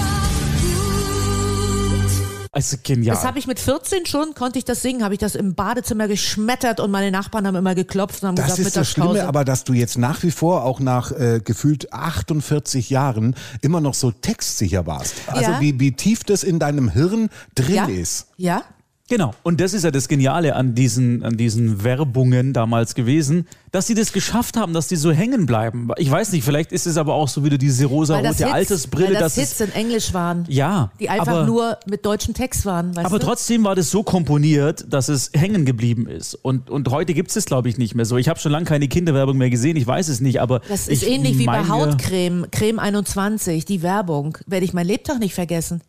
einfach gut.
Also genial.
Das habe ich mit 14 schon, konnte ich das singen, habe ich das im Badezimmer geschmettert und meine Nachbarn haben immer geklopft und haben
Das
gesagt,
ist das
Mittagspause.
Schlimme, aber dass du jetzt nach wie vor auch nach äh, gefühlt 48 Jahren immer noch so textsicher warst. Also
Ja.
wie, wie tief das in deinem Hirn drin
ja?
ist.
Ja?
Genau. Und das ist ja das Geniale an diesen, an diesen Werbungen damals gewesen, dass sie das geschafft haben, dass die so hängen bleiben. Ich weiß nicht, vielleicht ist es aber auch so wieder
Weil
diese
das
rosa-rote
Hits,
Altersbrille,
weil das
dass
Hits
es,
in Englisch waren.
ja,
Die einfach
aber,
nur mit deutschem Text waren, weißt
aber
du?
trotzdem war das so komponiert, dass es hängen geblieben ist. Und, und heute gibt es es, glaube ich, nicht mehr so. Ich habe schon lange keine Kinderwerbung mehr gesehen, ich weiß es nicht, aber.
Das ist
ich
ähnlich wie bei
meine-
Hautcreme, Creme 21, die Werbung, werde ich mein Lebtag nicht vergessen.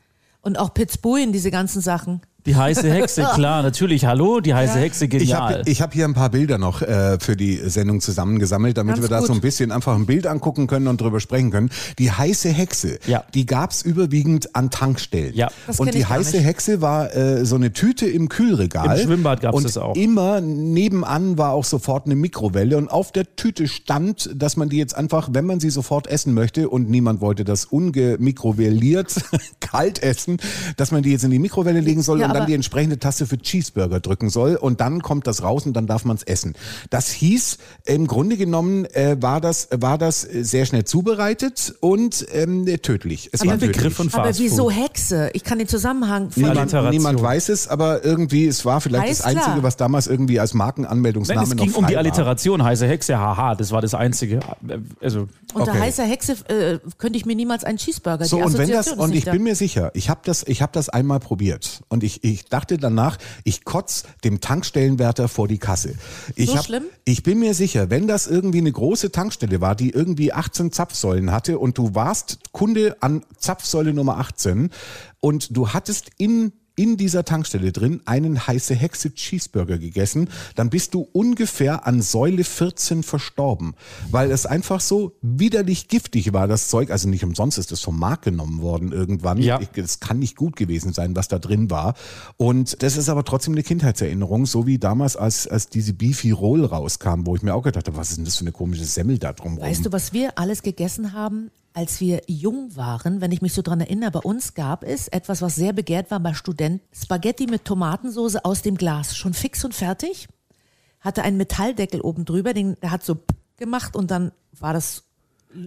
Und auch Pitzbuin, diese ganzen Sachen.
Die heiße Hexe,
<laughs>
klar, natürlich. Hallo, die heiße Hexe,
Ich habe
genial.
ich hab hier ein paar Bilder noch äh, für die Sendung zusammengesammelt, damit
Ganz
wir da
gut.
so ein bisschen einfach ein Bild angucken können und drüber sprechen können. Die heiße Hexe,
Ja.
die gab's überwiegend an Tankstellen.
Ja. Das
Und
kenn
die
ich gar
heiße
nicht.
Hexe war äh, so eine Tüte im Kühlregal.
Im Schwimmbad gab's
Und
das auch.
immer nebenan war auch sofort eine Mikrowelle und auf der Tüte stand, dass man die jetzt einfach, wenn man sie sofort essen möchte und niemand wollte das ungemikrovelliert <laughs> kalt essen, dass man die jetzt in die Mikrowelle legen soll
Ja,
und dann
aber-
die entsprechende Taste für Cheeseburger drücken soll und dann kommt das raus und dann darf man es essen. Das hieß, im Grunde genommen äh, war das war das äh, sehr schnell zubereitet und ähm, tödlich. Es war
Im
tödlich.
Begriff von
Aber
Fast
wieso
Food.
Hexe? Ich kann den Zusammenhang von
Niemand,
Alliteration.
niemand weiß es, aber irgendwie, es war vielleicht
Alles
das Einzige,
klar.
was damals irgendwie als
Nein,
Markenanmeldungsname
es
noch
ging um
frei
die
war.
Alliteration, heiße Hexe, haha, das war das Einzige. Also,
Unter
Okay.
heißer Hexe äh, könnte ich mir niemals einen Cheeseburger
So,
die
und wenn das,
Assoziation ist
und
nicht
ich
da.
bin mir sicher, ich habe das, ich hab das einmal probiert. Und ich, ich dachte danach, ich kotz dem Tankstellenwärter vor die Kasse. Ich
So
hab,
schlimm?
Ich bin mir sicher, wenn das irgendwie eine große Tankstelle war, die irgendwie 18 Zapfsäulen hatte und du warst Kunde an Zapfsäule Nummer 18 und du hattest in in dieser Tankstelle drin einen heiße Hexe Cheeseburger gegessen, dann bist du ungefähr an Säule 14 verstorben, weil es einfach so widerlich giftig war, das Zeug. Also nicht umsonst ist es vom Markt genommen worden irgendwann.
Ja.
Ich, es kann nicht gut gewesen sein, was da drin war. Und das ist aber trotzdem eine Kindheitserinnerung, so wie damals, als, als diese Beefy Roll rauskam, wo ich mir auch gedacht habe, was ist denn das für eine komische Semmel da drumrum?
Weißt du, was wir alles gegessen haben, als wir jung waren? Wenn ich mich so dran erinnere, bei uns gab es etwas, was sehr begehrt war bei Studenten. Spaghetti mit Tomatensoße aus dem Glas. Schon fix und fertig. Hatte einen Metalldeckel oben drüber, den, der hat so gemacht und dann war das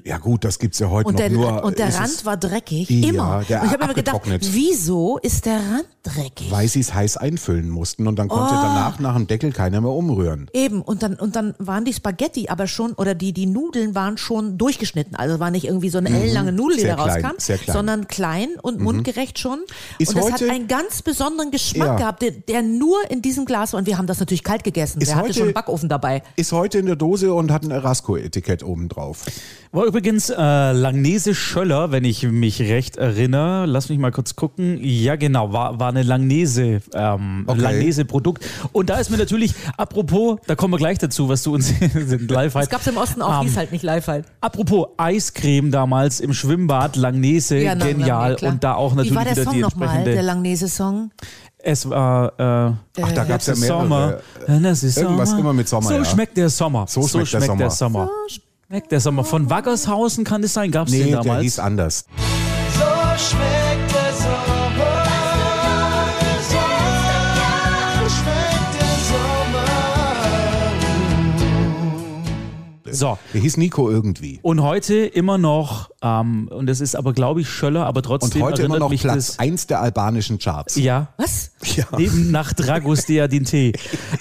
ja gut, das gibt's ja heute
und
noch
der,
nur.
und der
ist es-
Rand war dreckig,
Ja,
immer.
der
und ich habe immer gedacht,
abgetrocknet.
wieso ist der Rand dreckig?
weil sie es heiß einfüllen mussten und dann
Oh.
konnte danach nach dem Deckel keiner mehr umrühren.
Eben, und dann, und dann waren die Spaghetti aber schon, oder die, die Nudeln waren schon durchgeschnitten. Also war nicht irgendwie so
Mhm.
eine ellenlange Nudel, die
Sehr
da
klein,
rauskam,
sehr klein.
sondern klein und mundgerecht schon.
Ist
und das hat
heute-
einen ganz besonderen Geschmack
Ja.
gehabt, der, der nur in diesem Glas war. Und wir haben das natürlich kalt gegessen.
Ist
Der hatte
heute-
schon einen Backofen dabei.
Ist heute in der Dose und hat ein Erasco-Etikett oben drauf.
war übrigens äh, Langnese Schöller, wenn ich mich recht erinnere. Lass mich mal kurz gucken. Ja, genau, war, war eine Langnese, ähm,
Okay.
Langnese-Produkt. Und da ist mir natürlich, apropos, da kommen wir gleich dazu, was du uns <laughs> live
Das gab es im Osten auch,
Ähm,
hieß halt nicht live halt.
Apropos Eiscreme damals im Schwimmbad, Langnese,
Ja, na, na,
genial.
na, klar.
und da auch natürlich
Wie war der
wieder
Song
die
nochmal, der
entsprechende.
Langnese-Song?
es war. Äh,
Ach, da gab's ja mehrere.
Sommer. Das ist
Irgendwas immer mit Sommer,
So
ja.
schmeckt der Sommer.
So schmeckt der Sommer.
So schmeckt der Sommer. Von Waggershausen kann es sein, gab es den
Nee, der
damals.
hieß anders.
so.
Der hieß Nico irgendwie.
Und heute immer noch, ähm, und das ist aber, glaube ich, Schöller, aber
Und
trotzdem
heute
erinnert
immer noch
mich
Platz
das.
eins der albanischen Charts.
Ja.
Was?
Ja. <laughs>
Neben nach Dragos Deadinte.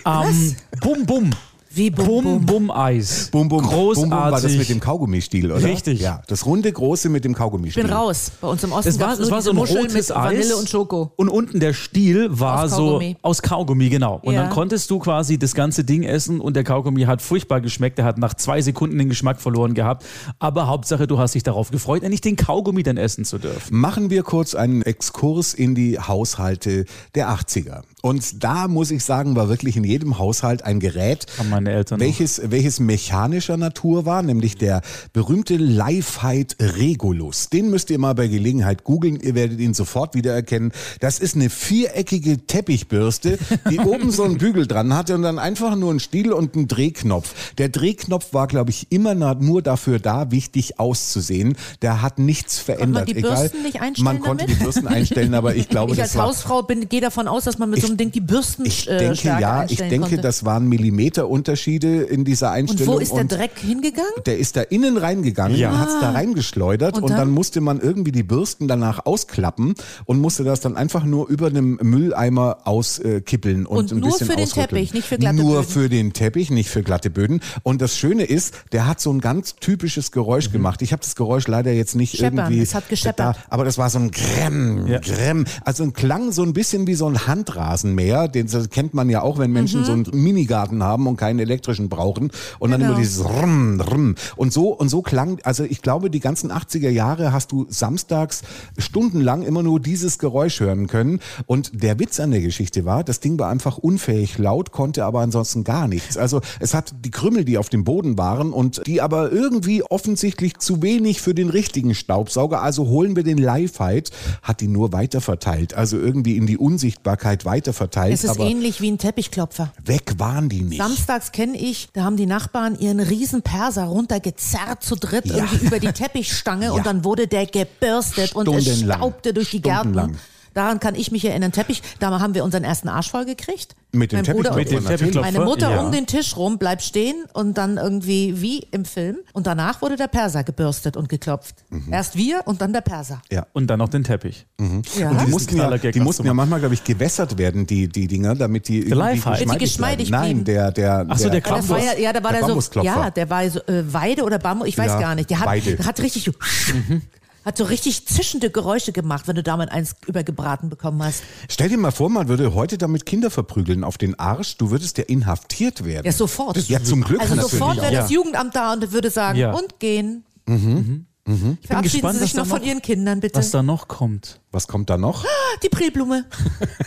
Ähm, bum, bum.
Wie bum,
Bum
bum.
Bum Eis.
Bum, bum, Bum,
Großartig.
bum war das mit dem Kaugummistiel, oder?
Richtig.
Ja, das runde Große mit dem
Ich
Kaugummistiel.
bin raus. Bei uns im Osten
es war,
gab's nur
es war so ein
diese Muschel
rotes
mit
Eis.
Vanille und Schoko.
Und unten der Stiel war
Aus
so
Kaugummi.
aus Kaugummi, genau. Und
Ja.
dann konntest du quasi das ganze Ding essen und der Kaugummi hat furchtbar geschmeckt. Der hat nach zwei Sekunden den Geschmack verloren gehabt. Aber Hauptsache, du hast dich darauf gefreut, endlich den Kaugummi dann essen zu dürfen.
Machen wir kurz einen Exkurs in die Haushalte der 80er. Und da muss ich sagen, war wirklich in jedem Haushalt ein Gerät,
Haben meine Eltern. noch.
welches, welches mechanischer Natur war, nämlich der berühmte Lifehide Regulus. Den müsst ihr mal bei Gelegenheit googeln, ihr werdet ihn sofort wiedererkennen. Das ist eine viereckige Teppichbürste,
<laughs>
die oben so einen Bügel dran hatte und dann einfach nur einen Stiel und einen Drehknopf. Der Drehknopf war, glaube ich, immer na- nur dafür da, wichtig auszusehen. Der hat nichts verändert.
die
Egal.
Bürsten nicht einstellen
Man konnte
damit?
die Bürsten einstellen, aber ich glaube,
ich
das
als
war
Hausfrau bin, gehe davon aus, dass man mit so einem Ding die Bürsten äh,
ich denke ja, ich denke,
konnte.
das waren Millimeterunterschiede in dieser
Und
Einstellung.
wo ist der Dreck hingegangen?
Der ist da innen reingegangen
Ja.
und hat es da reingeschleudert und,
Und
dann?
dann
musste man irgendwie die Bürsten danach ausklappen und musste das dann einfach nur über einem Mülleimer auskippeln und,
Und
ein
nur
bisschen
für den
ausrütteln.
Teppich, nicht für glatte
Nur
Böden.
für den Teppich, nicht für glatte Böden. Und das Schöne ist, der hat so ein ganz typisches Geräusch gemacht. Ich habe das Geräusch leider jetzt nicht
Mhm. Scheppern,
irgendwie
es hat gescheppert.
da, aber das war so ein Gremm,
Ja.
Gremm. Also ein Klang so ein bisschen wie so ein Handrasenmäher, den das kennt man ja auch, wenn
Mhm.
Menschen so einen Minigarten haben und keinen elektrischen brauchen und dann
Genau.
immer dieses dieses Rmm, Rmm. Und so, und so klang, also ich glaube, die ganzen 80er Jahre hast du samstags stundenlang immer nur dieses Geräusch hören können. Und der Witz an der Geschichte war, das Ding war einfach unfähig laut, konnte aber ansonsten gar nichts. Also es hat die Krümmel, die auf dem Boden waren und die aber irgendwie offensichtlich zu wenig für den richtigen Staubsauger, also holen wir den Lifehide, hat die nur weiter verteilt, also irgendwie in die Unsichtbarkeit weiter verteilt.
Es ist
aber
ähnlich wie ein Teppichklopfer.
weg waren die nicht.
Samstags kenne ich, da haben die Nachbarn ihren riesen Perser runtergezerrt zu dritt
Ja.
irgendwie über die Teppichstange
<laughs> Ja.
und dann wurde der gebürstet und es
Stundenlang.
staubte durch die
Stundenlang.
Gärten. Daran kann ich mich erinnern. Teppich, da haben wir unseren ersten Arsch voll gekriegt.
Mit dem
Mein Bruder
Teppichklopfer
Mit dem Teppichklopfer.
Meine Mutter
Ja.
um den Tisch rum, bleibt stehen und dann irgendwie wie im Film. Und danach wurde der Perser gebürstet und geklopft.
Mhm.
Erst wir und dann der Perser.
Und dann noch den Teppich.
Ja.
Äh, Und die
Diesen
mussten ja,
Knallergag
die
hast
mussten
du
ja
mal.
manchmal, glaube ich, gewässert werden, die, die Dinger, damit die irgendwie
Lifehide. Damit
die geschmeidig
bleiben.
blieben.
Nein, der, der,
Ach so, der
Aber das war ja, ja, da war
Der
der, so,
Bambusklopfer.
ja, der war so äh, Weide oder Bambus, ich weiß
Ja,
gar nicht. Der hat,
Weide.
der hat
<laughs>
richtig, Mhm. hat so richtig zischende Geräusche gemacht, wenn du damit eins übergebraten bekommen hast.
Stell dir mal vor, man würde heute damit Kinder verprügeln auf den Arsch. Du würdest ja inhaftiert werden.
Ja, sofort.
ja, zum Glück
also
natürlich. Mhm.
sofort wäre
Ja.
das Jugendamt da und würde sagen,
Ja.
und gehen. Mhm.
Ich bin
Verabschieden
gespannt,
Sie sich
was da
noch von
noch,
Ihren Kindern, bitte.
was da noch kommt.
Was kommt da noch?
Die Prillblume. <laughs>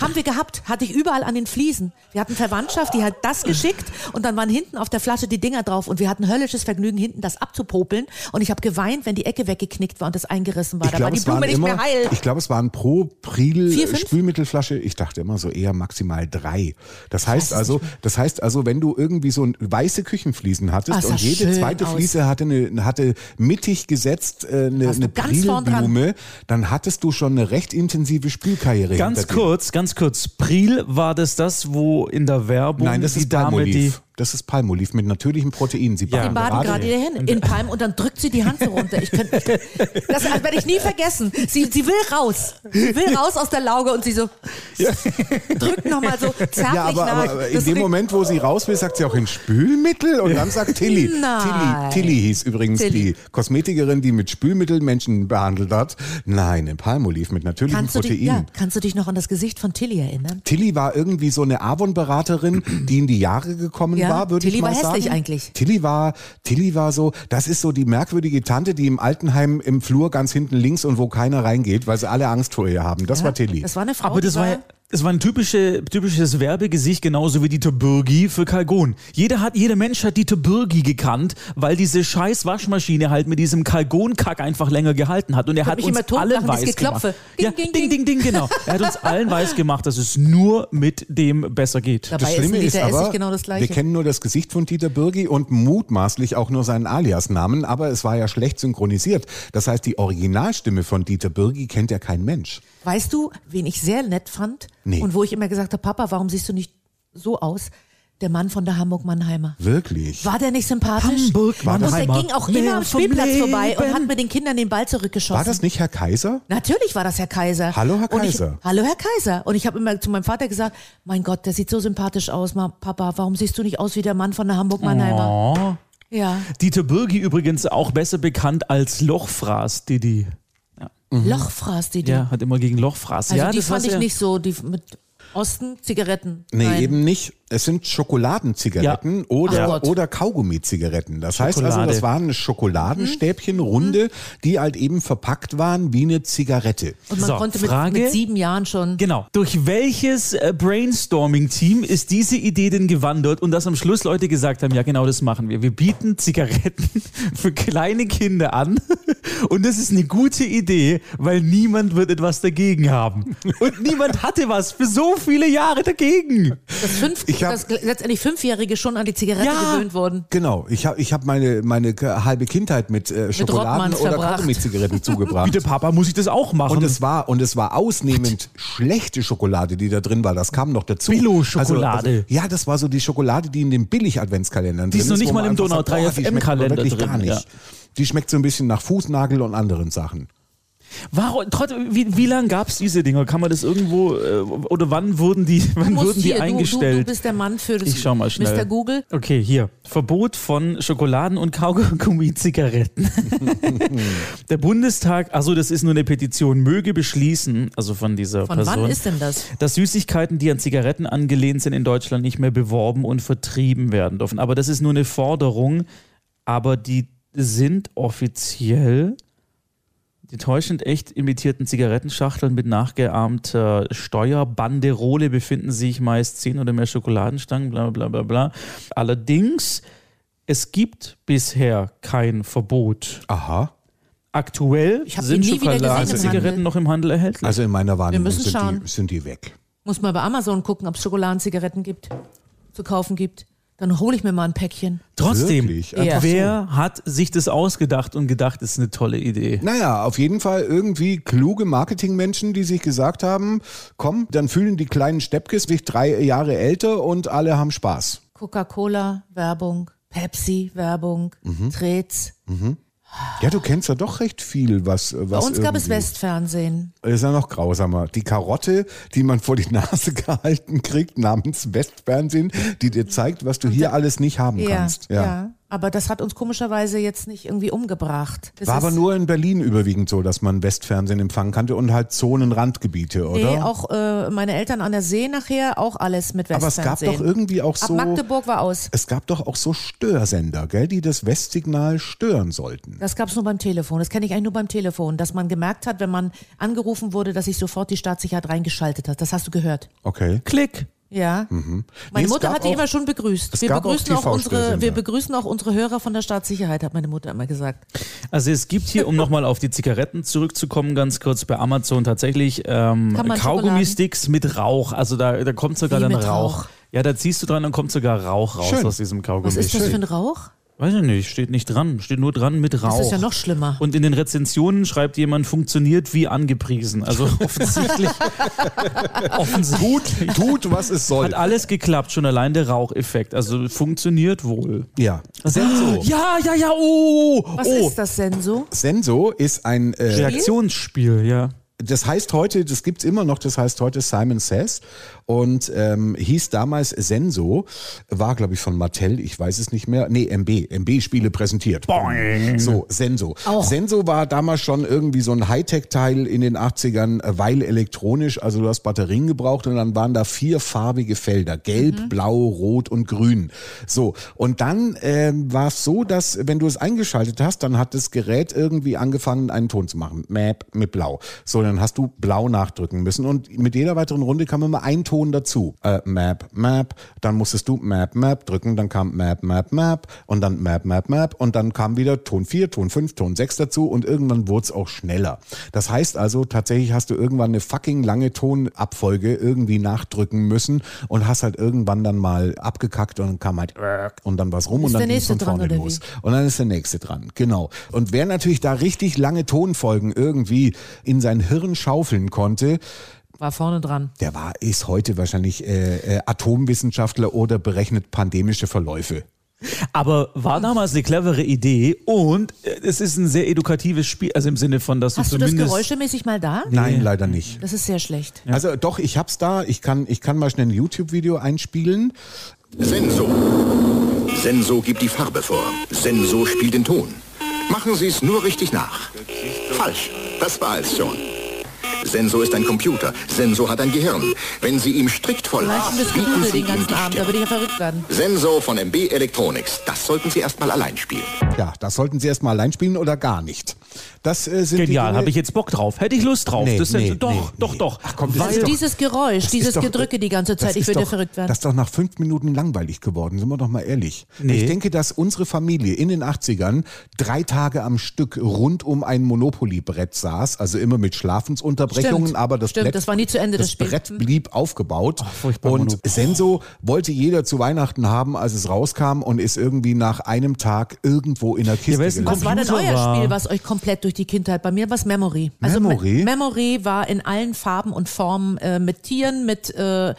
Haben wir gehabt. Hatte ich überall an den Fliesen. Wir hatten Verwandtschaft, die hat das geschickt und dann waren hinten auf der Flasche die Dinger drauf und wir hatten höllisches Vergnügen, hinten das abzupopeln und ich habe geweint, wenn die Ecke weggeknickt war und das eingerissen war.
Ich
Ah, da war
glaube,
die
es
Blume
waren
nicht
immer,
mehr heil.
ich glaube, es waren pro Pril
Vier, fünf?
Spülmittelflasche. Ich dachte immer so eher maximal drei. Das heißt also, das heißt also, wenn du irgendwie so ein weiße Küchenfliesen hattest
Ah, sah
und jede
schön
zweite
aus.
Fliese hatte eine, hatte mittig gesetzt äh, eine,
Warst du
eine
ganz vorn dran?
Prilblume, dann hattest du schon eine recht intensive Spülkarriere.
Ganz
hinter dir.
kurz, ganz kurz. Pril war das das, wo in der Werbung
Nein, das
die
ist
Dame, die...
Palmolive. Das ist Palmolive mit natürlichen Proteinen. Sie
Ja.
baden,
Die
baden gerade
gerade.
wieder hin in Palm und dann drückt sie die Hand so runter. Ich könnte, das werde ich nie vergessen. Sie, sie will raus, sie will raus aus der Lauge und sie so drückt nochmal so zärtlich
Ja, aber,
nach.
aber, aber in
Das
dem
riecht-
Moment, wo sie raus will, sagt sie auch in Spülmittel und dann
<laughs>
sagt Tilly. Tilly,
Nein.
Tilly hieß übrigens
Tilly.
die Kosmetikerin, die mit Spülmittel Menschen behandelt hat. Nein, in Palmolive mit natürlichen
Kannst du, dich,
Proteinen.
ja, kannst du dich noch an das Gesicht von Tilly erinnern?
Tilly war irgendwie so eine Avon-Beraterin, die in die Jahre gekommen
Ja,
war, würde
Tilly
ich mal
war
sagen.
hässlich eigentlich.
Tilly war, Tilly war so, das ist so die merkwürdige Tante, die im Altenheim im Flur ganz hinten links und wo keiner reingeht, weil sie alle Angst vor ihr haben. Das war Tilly.
Das war eine Frau.
Aber das
die
war, ja- das war ein typische, typisches Werbegesicht, genauso wie die Tobürgi für Kalgon. Jeder, hat, jeder Mensch hat die Tobürgi gekannt, weil diese scheiß Waschmaschine halt mit diesem Kalgon-Kack einfach länger gehalten hat. Und er hat
mich
uns
immer tot
allen
lachen, das
weiß gemacht.
Geklopfe. Ding,
ja,
ding,
ding, ding, ding, genau. Er hat uns allen weiß gemacht, dass es nur mit dem besser geht.
Dabei ist ein Liter Essig genau das Gleiche.
wir kennen nur das Gesicht von Dieter Bürgi und mutmaßlich auch nur seinen Alias-Namen, aber es war ja schlecht synchronisiert. Das heißt, die Originalstimme von Dieter Bürgi kennt ja kein Mensch.
Weißt du, wen ich sehr nett fand
Nee.
und wo ich immer gesagt habe, Papa, warum siehst du nicht so aus? Der Mann von der Hamburg-Mannheimer.
Wirklich.
War der nicht sympathisch?
Hamburg,
Und der
Mannheimer.
ging auch
Mehr
immer am
vom
Spielplatz
Leben.
vorbei und hat mit den Kindern den Ball zurückgeschossen.
War das nicht Herr Kaiser?
Natürlich war das Herr Kaiser.
Hallo, Herr
Und
Kaiser.
Ich, hallo, Herr Kaiser. Und ich habe immer zu meinem Vater gesagt, mein Gott, der sieht so sympathisch aus. Ma, Papa, warum siehst du nicht aus wie der Mann von der Hamburg-Mannheimer?
Oh.
Ja.
Dieter Bürgi übrigens auch besser bekannt als Lochfraß, Didi.
Lochfraß, die
Mhm. Ja, hat immer gegen Lochfraß.
Also
ja,
die
das
fand
war's
ich
ja.
nicht so, die mit Osten, Zigaretten.
Nee,
Nein.
eben nicht. Es sind Schokoladenzigaretten
Ach
oder,
Gott.
oder Kaugummi-Zigaretten. Das heißt also,
Schokolade.
das waren Schokoladenstäbchen,
Mhm.
runde, die halt eben verpackt waren wie eine Zigarette.
Und man
So,
konnte mit,
Frage.
mit sieben Jahren schon.
Genau. Durch welches äh, Brainstorming-Team ist diese Idee denn gewandert und dass am Schluss Leute gesagt haben, ja genau das machen wir. Wir bieten Zigaretten <laughs> für kleine Kinder an <laughs> und das ist eine gute Idee, weil niemand wird etwas dagegen <laughs> haben. Und niemand hatte was für so viele Jahre dagegen.
dass fünf,
Ich hab-
dass letztendlich Fünfjährige schon an die Zigarette
Ja.
gewöhnt wurden.
Genau, ich habe ich hab meine, meine k- halbe Kindheit mit äh, Schokoladen
Rottmanns
oder
verbracht.
Kaugummi-Zigaretten
Wie <laughs>
zugebracht.
der Papa muss ich das auch machen.
Und es war und es war ausnehmend schlechte Schokolade, die da drin war. Das kam noch dazu. Also,
Billo-Schokolade.
ja, das war so die Schokolade, die in den Billig-Adventskalendern
Die ist
drin
noch nicht
wo
mal
man
im
einfach
Donau
sagt, boah,
3
die schmeckt aber
FM-Kalender
wirklich
drin,
Gar nicht.
ja.
Die schmeckt so ein bisschen nach Fußnagel und anderen Sachen.
Warum, trotz, wie, wie lange gab es diese Dinger? Kann man das irgendwo äh, oder wann wurden die, wann
musst
wurden die
hier, du-
eingestellt?
Du, du bist der Mann für das
ich schau mal schnell.
Mr. Google.
Okay, hier. Verbot von Schokoladen
<laughs>
und Kaugummi-Zigaretten. der Bundestag, also das ist nur eine Petition, möge beschließen, also von dieser
Von
Person,
wann ist denn das?
dass Süßigkeiten, die an Zigaretten angelehnt sind, in Deutschland nicht mehr beworben und vertrieben werden dürfen. Aber das ist nur eine Forderung, aber die sind offiziell die täuschend echt imitierten Zigarettenschachteln mit nachgeahmter Steuerbanderole befinden sich meist 10 oder mehr Schokoladenstangen, bla bla bla bla. Allerdings, es gibt bisher kein Verbot.
Aha.
Aktuell
Ich hab die
sind
nie wieder
Schokoladen
gesehen im
Zigaretten
Handel.
noch im Handel erhältlich.
Also in meiner Wahrnehmung
müssen
sind
schauen.
die, sind die weg.
Muss mal bei Amazon gucken, ob es Schokoladenzigaretten gibt, zu kaufen gibt. Dann hole ich mir mal ein Päckchen.
Trotzdem,
Wirklich?
Ja. Ach so.
wer hat sich das ausgedacht und gedacht, das ist eine tolle Idee?
Naja, auf jeden Fall irgendwie kluge Marketingmenschen, die sich gesagt haben, komm, dann fühlen die kleinen Steppkes sich drei Jahre älter und alle haben Spaß.
Coca-Cola, Werbung, Pepsi, Werbung,
Mhm.
Trez.
Ja, du kennst ja doch recht viel, was, was
Bei uns gab es
irgendwie-
Westfernsehen.
Ist ja noch grausamer. Die Karotte, die man vor die Nase <laughs> gehalten kriegt, namens Westfernsehen, die dir zeigt, was du hier alles nicht haben
Ja,
kannst.
ja. Aber das hat uns komischerweise jetzt nicht irgendwie umgebracht. Das
War
ist-
aber nur in Berlin überwiegend so, dass man Westfernsehen empfangen konnte und halt Zonenrandgebiete, oder?
Nee, auch äh, meine Eltern an der See nachher, auch alles mit
aber es
Westfernsehen.
gab doch irgendwie auch
Ab
so.
Magdeburg war aus.
Es gab doch auch so Störsender, gell, die das Westsignal stören sollten.
Das gab's nur beim Telefon. Das kenne ich eigentlich nur beim Telefon, dass man gemerkt hat, wenn man angerufen wurde, dass sich sofort die Staatssicherheit reingeschaltet hat. Das hast du gehört.
Okay.
Klick.
Ja. Meine
Mhm. Nee, es
Mutter
gab
hat die
auch- <laughs>
immer schon begrüßt.
es
Wir
gab auch
begrüßen, auch unsere,
TV-Störsender.
wir begrüßen auch unsere Hörer von der Staatssicherheit, hat meine Mutter immer gesagt.
Also es gibt hier, um nochmal auf die Zigaretten zurückzukommen, ganz kurz bei Amazon tatsächlich ähm,
Kann man
Kaugummi-Sticks mit Rauch. Also da, da kommt sogar
Wie
dann
mit
Rauch.
Rauch?
Ja, da ziehst du dran und kommt sogar Rauch raus
Schön.
aus diesem Kaugummi.
Was ist das für ein Rauch?
Weiß ich nicht, steht nicht dran, steht nur dran mit Rauch.
Das ist ja noch schlimmer.
Und in den Rezensionen schreibt jemand, funktioniert wie angepriesen.
<laughs>
Also offensichtlich, offensichtlich
Tut, tut, was es soll.
hat alles geklappt, schon allein der Raucheffekt. Also funktioniert wohl.
Ja. Senso.
Ja, ja, ja, oh, oh,
Was
oh.
ist das denn so?
Senso ist ein äh,
Reaktionsspiel, ja.
das heißt heute, das gibt's immer noch, das heißt heute Simon Says und ähm, hieß damals Senso, war glaube ich von Mattel, ich weiß es nicht mehr, nee, MB, MB-Spiele präsentiert. Boing. So, Senso. Senso war damals schon irgendwie so ein Hightech-Teil in den 80ern, äh, weil elektronisch, also du hast Batterien gebraucht und dann waren da vier farbige Felder, gelb, blau, rot und grün. So, und dann ähm, war es so, dass wenn du es eingeschaltet hast, dann hat das Gerät irgendwie angefangen, einen Ton zu machen. Map mit blau. So, dann hast du blau nachdrücken müssen und mit jeder weiteren Runde kam immer ein Ton dazu. Äh, Map, Map, dann musstest du Map, Map drücken, dann kam Map, Map, Map und dann Map, Map, Map und dann kam wieder Ton 4, Ton 5, Ton 6 dazu und irgendwann wurde es auch schneller. Das heißt also, tatsächlich hast du irgendwann eine fucking lange Tonabfolge irgendwie nachdrücken müssen und hast halt irgendwann dann mal abgekackt und dann kam halt und dann was rum
Äh. Ist
und dann
der
ging es
nächste
von vorne
dran, oder
los. Und dann ist der nächste dran, genau. Und wer natürlich da richtig lange Tonfolgen irgendwie in sein Hirn schaufeln konnte,
War vorne dran.
Der war, ist heute wahrscheinlich äh, äh, Atomwissenschaftler oder berechnet pandemische Verläufe.
Aber war damals eine clevere Idee und äh, es ist ein sehr edukatives Spiel, also im Sinne von, dass du
Hast du das
zumindest.
geräuschemäßig mal da?
Nein, leider nicht.
Das ist sehr schlecht.
Also doch, ich hab's da. Ich kann, ich kann mal schnell ein YouTube-Video einspielen.
Senso. Senso gibt die Farbe vor. Senso spielt den Ton. Machen Sie es nur richtig nach. Falsch. Das war es schon. Senso ist ein Computer. Senso hat ein Gehirn. Wenn Sie ihm strikt folgen,
Vielleicht ein bisschen
bieten
Rudel
Sie
den
ihm
ganzen
die
Abend, da
Stirn.
würde ich ja verrückt werden.
Senso von MB Electronics. Das sollten Sie erstmal allein spielen.
Ja, das sollten Sie erstmal allein spielen oder gar nicht. Das äh, sind
Genial,
die Dinge-
habe ich jetzt Bock drauf. Hätte ich Lust drauf.
Nee,
das sind,
nee,
doch,
nee,
doch,
nee.
doch.
Ach komm, das
Weil
ist doch-
Also Dieses Geräusch,
Das
dieses
ist doch-
Gedrücke die ganze
das
Zeit, ich
ist
würde
doch,
verrückt werden.
Das ist doch nach fünf Minuten langweilig geworden, sind wir doch mal ehrlich.
Nee.
Ich denke, dass unsere Familie in den 80ern drei Tage am Stück rund um ein Monopoly-Brett saß, also immer mit Schlafensunterbrechungen,
Stimmt.
aber das
Stimmt,
Brett,
das war nie zu Ende, das
das,
Spiel.
Brett
Hm.
blieb aufgebaut.
furchtbar,
und
Monopoly.
Senso wollte jeder zu Weihnachten haben, als es rauskam und ist irgendwie nach einem Tag irgendwo in der Kiste
wer ist denn
gelandet.
was war denn euer
Computer war-
Spiel, was euch komplett durch die Kindheit? Bei mir war es Memory. Also
Memory?
Me- Memory war in allen Farben und Formen äh, mit Tieren, mit äh,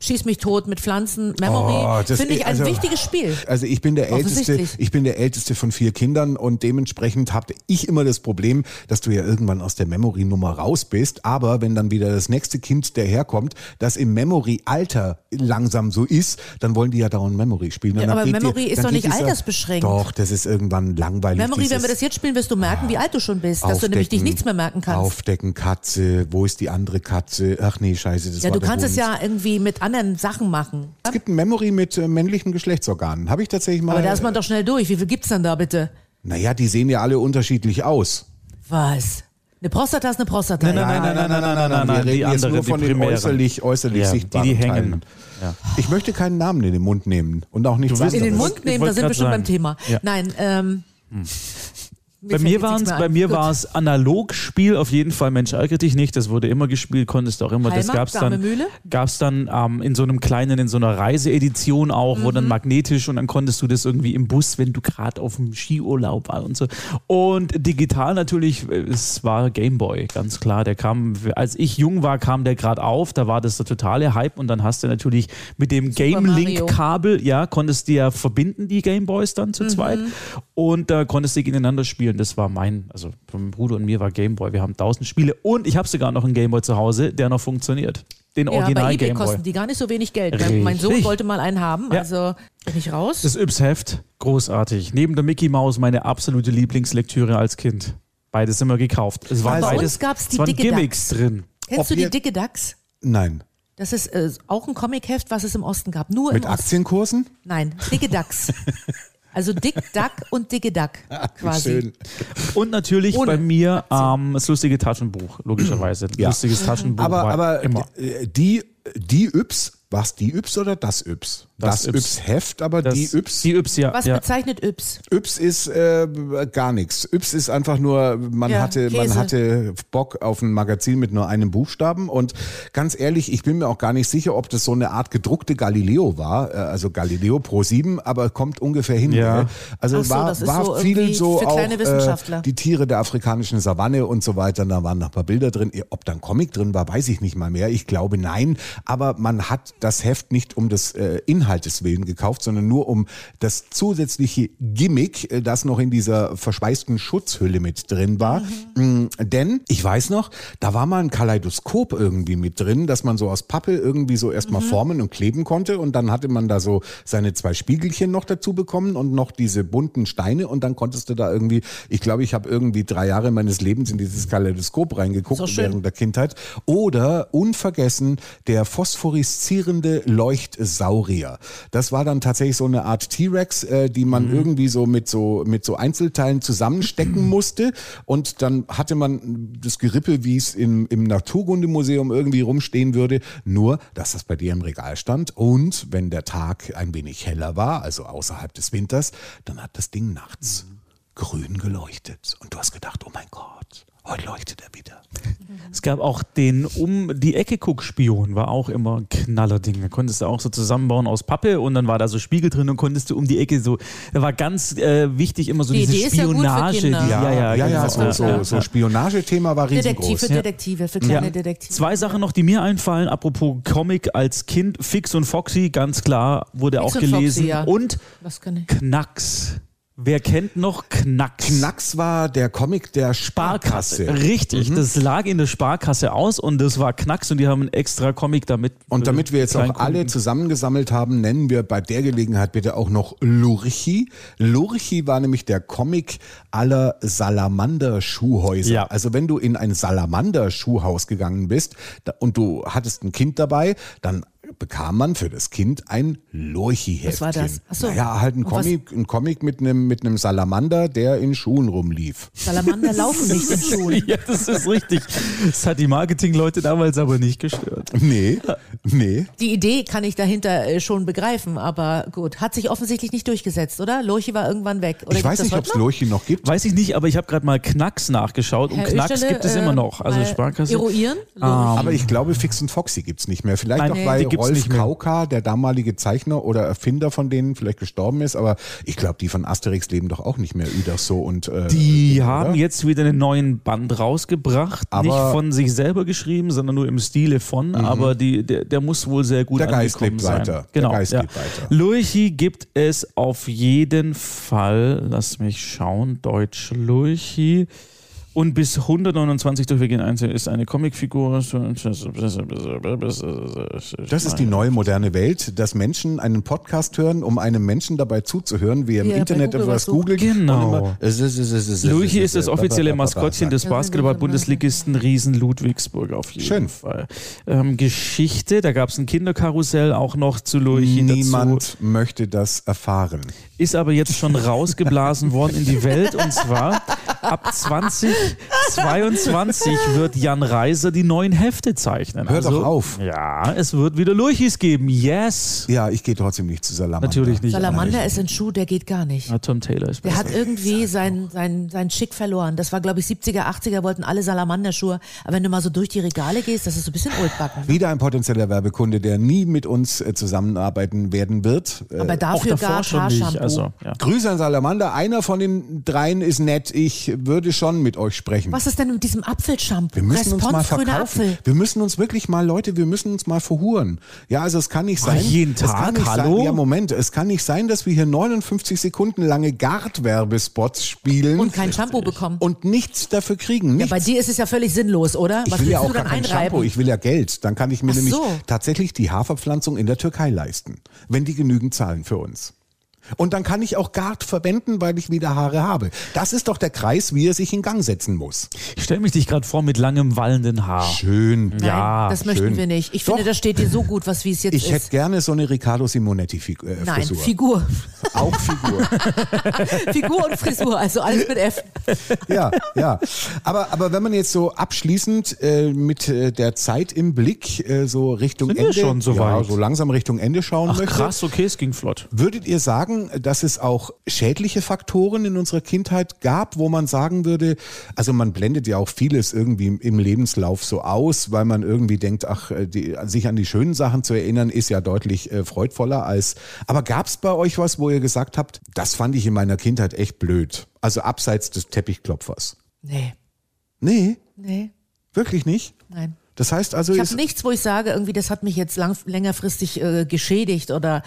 Schieß mich tot, mit Pflanzen.
Oh,
Memory
das
finde
ist-
ich ein
also-
wichtiges Spiel.
Also ich bin der älteste,
Offensichtlich.
ich bin der älteste von vier Kindern und dementsprechend habe ich immer das Problem, dass du ja irgendwann aus der Memory Nummer raus bist, aber wenn dann wieder das nächste Kind daherkommt, das im Memory Alter langsam so ist, dann wollen die ja dauernd Memory spielen Und
Ja,
dann
aber
geht
Memory ist
dann
doch
geht
nicht
dieser-
altersbeschränkt.
Doch, das ist irgendwann langweilig.
Memory, wenn wir das
dieses
jetzt spielen, wirst du merken, wie alt du schon bist, dass du nämlich dich
Aufdecken,
nichts mehr merken kannst.
Aufdecken, Katze, wo ist die andere Katze? Ach nee, scheiße,
ja,
das war
du
der
kannst es
Hund.
ja irgendwie mit anderen Sachen machen.
Es gibt ein Memory mit äh, männlichen Geschlechtsorganen. Habe ich tatsächlich mal.
Aber da ist man doch schnell durch. Wie viel gibt's denn da bitte?
Naja, die sehen ja alle unterschiedlich aus.
Was? Eine Prostata ist eine Prostata.
Nein, nein, nein, nein, nein, nein, nein, nein,
Wir
nein,
reden
die
jetzt
anderen,
nur von
die
den
primären.
äußerlich, äußerlich
Ja, die,
sichtbaren
die hängen.
Teilen. Ich möchte keinen Namen in den Mund nehmen und auch nichts
willst
In den
anderes.
Mund nehmen, da
wollte
sind wir
grad
schon beim
sagen.
Thema.
Ja.
Nein, ähm. mir
Bei
fällt
mir,
jetzt
waren's,
nichts mehr
bei
ein.
mir
Gut.
war es Analogspiel, auf jeden Fall. Mensch, ärgere dich nicht, das wurde immer gespielt, konntest du auch immer. das
Heimat,
gab es
Dame
dann,
Mühle?
gab's dann ähm, in so einem kleinen, in so einer Reiseedition auch, wo dann magnetisch und dann konntest du das irgendwie im Bus, wenn du gerade auf dem Skiurlaub war und so. Und digital natürlich, äh, es war Gameboy, ganz klar. Der kam, als ich jung war, kam der gerade auf, da war das der totale Hype und dann hast du natürlich mit dem Game
Mario.
Link Kabel, ja, konntest du ja verbinden, die Gameboys dann zu zweit. Und da konntest du gegeneinander spielen. Das war mein, also vom Bruder und mir war Gameboy. Wir haben tausend Spiele und ich habe sogar noch einen Gameboy zu Hause, der noch funktioniert. Den
ja, bei
Original
eBay
Gameboy.
kosten die gar nicht so wenig Geld. Mein, mein Sohn
Richtig.
wollte mal einen haben,
Ja.
also bin ich raus.
Das Yps-Heft, großartig. Neben der Mickey Maus meine absolute Lieblingslektüre als Kind. Beides immer gekauft. Es waren
Bei uns
beides,
gab's die
es waren
dicke
Gimmicks
Dachs.
drin.
Kennst du
ob
die
ihr-
dicke Dachs?
Nein.
Das ist äh, auch ein Comicheft, was es im Osten gab. Nur
Mit
im Osten.
Aktienkursen?
Nein, dicke
<laughs>
Dachs. also Dick Duck und dicke Duck quasi.
Schön.
Und natürlich
Ohne
bei mir ähm, das lustige Taschenbuch, logischerweise.
Ja.
Lustiges Taschenbuch.
Aber,
war
aber
immer.
äh, die, die Yps, was die Yps oder das Yps?
Das
Das,
Yps.
Yps Heft, aber
Das,
die Yps.
Die Yps, ja.
Was
ja.
bezeichnet Yps?
Yps ist äh, gar nichts. Yps ist einfach nur, man,
Ja,
hatte, man
Käse.
hatte Bock auf ein Magazin mit nur einem Buchstaben. Und ganz ehrlich, ich bin mir auch gar nicht sicher, ob das so eine Art gedruckte Galileo war, äh, also Galileo Pro 7, aber kommt ungefähr hin.
Ja.
gell? Also
Ach so,
war,
das ist
war
so
viel
irgendwie
so
für
auch
kleine
äh,
Wissenschaftler.
die Tiere der afrikanischen Savanne und so weiter. Da waren noch ein paar Bilder drin. Ob da ein Comic drin war, weiß ich nicht mal mehr. Ich glaube nein. Aber man hat das Heft nicht um des äh, Inhaltes willen gekauft, sondern nur um das zusätzliche Gimmick, äh, das noch in dieser verschweißten Schutzhülle mit drin war.
Mhm.
Mm, Denn ich weiß noch, da war mal ein Kaleidoskop irgendwie mit drin, dass man so aus Pappe irgendwie so erstmal
Mhm.
formen und kleben konnte. Und dann hatte man da so seine zwei Spiegelchen noch dazu bekommen und noch diese bunten Steine. Und dann konntest du da irgendwie, ich glaube, ich habe irgendwie drei Jahre meines Lebens in dieses Kaleidoskop reingeguckt
So schön.
während der Kindheit. Oder unvergessen der phosphoreszierende Leuchtsaurier. Das war dann tatsächlich so eine Art T-Rex, äh, die
Mhm.
man irgendwie so mit so mit so Einzelteilen zusammenstecken <clears throat> musste. Und dann hatte man das Gerippe, wie es im, im Naturkundemuseum irgendwie rumstehen würde. Nur, dass das bei dir im Regal stand. Und wenn der Tag ein wenig heller war, also außerhalb des Mhm. Winters, dann hat das Ding nachts grün geleuchtet. Und du hast gedacht, oh mein Gott. Heute leuchtet er wieder.
Es gab auch den um die Ecke Guckspion, war auch immer ein Knallerding. Da konntest du auch so zusammenbauen aus Pappe und dann war da so Spiegel drin und konntest du um die Ecke so. Da war ganz äh, wichtig immer so
Die
diese
Idee ist ja gut für
Spionage.
Kinder.
die-
Ja, ja, ja, so,
genau.
so, so Spionagethema war
Detektiv
riesengroß.
für Detektive, für kleine Detektive.
Zwei Sachen noch, die mir einfallen, apropos Comic als Kind, Fix und Foxy, ganz klar, wurde
Fix
auch
und Foxy,
gelesen.
ja.
Und
Was kann ich?
Knacks. Wer kennt noch Knacks?
Knacks war der Comic der Sparkasse.
Richtig, das lag in der Sparkasse aus und das war Knacks und die haben einen extra Comic damit. äh,
Und damit wir jetzt auch
Kleinkunden- <laughs>
alle zusammengesammelt haben, nennen wir bei der Gelegenheit bitte auch noch Lurichi. Lurichi war nämlich der Comic aller Salamander-Schuhhäuser.
Ja.
Also wenn du in ein Salamander-Schuhhaus gegangen bist da- und du hattest ein Kind dabei, dann bekam man für das Kind ein Lurchi-Heftchen.
Was war das? Ach so.
Naja, halt ein
Und was-
Comic, ein Comic mit einem, mit einem Salamander, der in Schuhen rumlief. <laughs>
Salamander laufen nicht in Schulen.
Ja, das ist richtig. Das hat die Marketingleute damals aber nicht gestört.
Nee, nee.
Die Idee kann ich dahinter äh, schon begreifen, aber gut. Hat sich offensichtlich nicht durchgesetzt, oder? Lurchi war irgendwann weg. Oder
ich weiß nicht, ob es Lurchi noch gibt.
Weiß ich nicht, aber ich habe gerade mal Knacks nachgeschaut und Knacks gibt es immer noch. Also Sparkasse.
äh, Eruieren?
Ah, Aber ich glaube, Fix und Foxy gibt's nicht mehr. Vielleicht
Nein,
auch,
nee.
weil
die gibt's
Rolf
nicht mehr.
Kauka, der damalige Zeichner oder Erfinder von denen, vielleicht gestorben ist. Aber ich glaube, die von Asterix leben doch auch nicht mehr, Uderso und... Äh,
Die haben
oder?
jetzt wieder einen neuen Band rausgebracht.
Aber- Mhm.
nicht von sich selber geschrieben, sondern nur im Stile von. Aber die, der, der muss wohl sehr gut
Der Geist
angekommen
lebt
sein.
weiter. Der
Genau.
Geist
ja.
lebt weiter.
Lurchi gibt es auf jeden Fall. Lass mich schauen. Deutsch Lurchi. Und bis 129 durchgehend einzeln ist eine Comicfigur.
Das ist die neue moderne Welt, dass Menschen einen Podcast hören, um einem Menschen dabei zuzuhören, wie er im
Wie er bei
Internet
Google
etwas
was sucht.
googelt.
Genau. Lurchi
Lurchi
ist das offizielle Maskottchen des Basketball-Bundesligisten Riesen Ludwigsburg auf jeden
Schön.
Fall. Ähm, Geschichte, da gab es ein Kinderkarussell auch noch zu Lurchi
Niemand
dazu.
möchte das erfahren.
Ist aber jetzt
<laughs>
schon rausgeblasen worden in die Welt und zwar ab 2022 wird Jan Reiser die neuen Hefte zeichnen. Also,
Hör doch auf.
Ja, es wird wieder Lurchis geben. Yes!
Ja, ich gehe trotzdem nicht zu Salamander.
Natürlich nicht.
Salamander ist ein Schuh, der geht gar nicht.
Ja, Tom Taylor ist
Der
besser.
hat irgendwie sein, sein, sein Schick verloren. Das war, glaube ich, 70er, 80er wollten alle Salamanderschuhe. Aber wenn du mal so durch die Regale gehst, das ist so ein bisschen oldbacken.
Wieder ein potenzieller Werbekunde, der nie mit uns äh, zusammenarbeiten werden wird. Äh,
Aber
auch
dafür
davor
gab
schon nicht.
Haarshampoo.
Also, ja.
Grüße an Salamander. Einer von den dreien ist nett. Ich würde schon mit euch sprechen.
Was ist denn mit diesem Apfelshampoo?
Wir müssen uns mal
Response grüner
verkaufen.
Apfel.
Wir müssen uns wirklich mal, Leute, wir müssen uns mal verhuren. Ja, also es kann nicht sein.
jeden
es kann
Tag?
nicht
Hallo?
Sein, ja, Moment. Es kann nicht sein, dass wir hier 59 Sekunden lange Gard-Werbespots spielen
Und kein Shampoo bekommen.
und nichts dafür kriegen.
Ja,
Nichts.
bei dir ist es ja völlig sinnlos, oder?
ich will
willst
ja auch
du
gar
dann
kein
einreiben?
Shampoo, ich will ja Geld. Dann kann ich mir
Ach
nämlich
so.
tatsächlich die Haferpflanzung in der Türkei leisten, wenn die genügend zahlen für uns. Und dann kann ich auch Gard verwenden, weil ich wieder Haare habe. Das ist doch der Kreis, wie er sich in Gang setzen muss.
Ich stelle mich dich gerade vor mit langem wallenden Haar.
Schön.
Nein,
Ja,
das möchten
schön.
wir nicht. Ich
Doch.
finde, das steht dir so gut, was wie es jetzt
Ich hätte
ist.
gerne so eine Riccardo Simonetti-Frisur. Äh,
Nein,
Frisur. <laughs>
Figur.
Auch Figur.
Figur und Frisur, also alles mit F.
ja, ja. Aber, aber wenn man jetzt so abschließend äh, mit äh, der Zeit im Blick äh, so Richtung
Sind wir
Ende,
schon so
ja,
weit?
so langsam Richtung Ende schauen
Ach
möchte,
krass, okay, es ging flott.
Würdet ihr sagen, dass es auch schädliche Faktoren in unserer Kindheit gab, wo man sagen würde, also man blendet ja auch vieles irgendwie im- im Lebenslauf so aus, weil man irgendwie denkt, ach, äh, die, sich an die schönen Sachen zu erinnern, ist ja deutlich äh, freudvoller als. Aber gab es bei euch was, wo ihr gesagt habt, das fand ich in meiner Kindheit echt blöd? Also abseits des Teppichklopfers.
Nee,
Nee,
nee,
wirklich nicht.
nein.
Das heißt also,
Ich
ist-
habe nichts, wo ich sage, irgendwie, das hat mich jetzt lang, längerfristig äh, geschädigt oder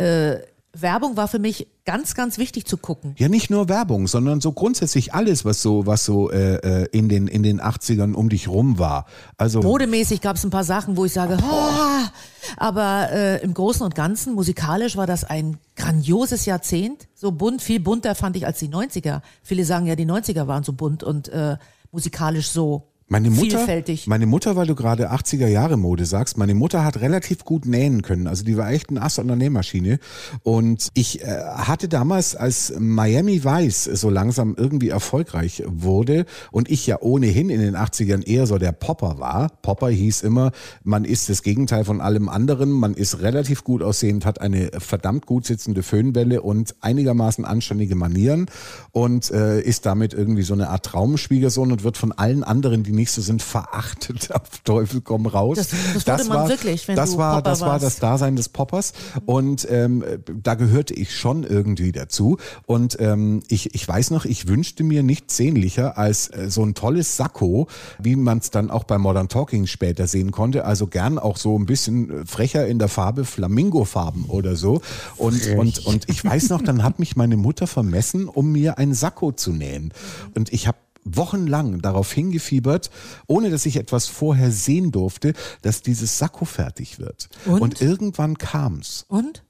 äh, Werbung war für mich ganz, ganz wichtig zu gucken.
Ja, nicht nur Werbung, sondern so grundsätzlich alles, was so, was so äh, äh, in, den, in den 80ern um dich rum war. Also
Modemäßig gab es ein paar Sachen, wo ich sage, "Ah", aber äh, im Großen und Ganzen, musikalisch war das ein grandioses Jahrzehnt. So bunt, viel bunter fand ich als die 90er. Viele sagen ja, die 90er waren so bunt und äh, musikalisch so
Meine Mutter,
Vielfältig.
meine Mutter, weil du gerade 80er Jahre Mode sagst, meine Mutter hat relativ gut nähen können. Also die war echt ein Ass an der Nähmaschine. Und ich äh, hatte damals, als Miami Vice so langsam irgendwie erfolgreich wurde und ich ja ohnehin in den 80ern eher so der Popper war. Popper hieß immer, man ist das Gegenteil von allem anderen, man ist relativ gut aussehend, hat eine verdammt gut sitzende Föhnwelle und einigermaßen anständige Manieren und äh, ist damit irgendwie so eine Art Traumschwiegersohn und wird von allen anderen, die nicht so sind, verachtet. <laughs> Auf Teufel komm raus.
Das- das wurde man wirklich, wenn
das
du
war,
Popper
das war
warst.
das Dasein des Poppers und ähm, da gehörte ich schon irgendwie dazu und ähm, ich, ich weiß noch, ich wünschte mir nichts sehnlicher als äh, so ein tolles Sakko, wie man es dann auch bei Modern Talking später sehen konnte, also gern auch so ein bisschen äh, frecher in der Farbe, Flamingofarben oder so und, und, und ich weiß noch, dann hat mich meine Mutter vermessen, um mir ein Sakko zu nähen und ich habe wochenlang darauf hingefiebert, ohne dass ich etwas vorher sehen durfte, dass dieses Sakko fertig wird.
Und?
irgendwann kam's.
Und?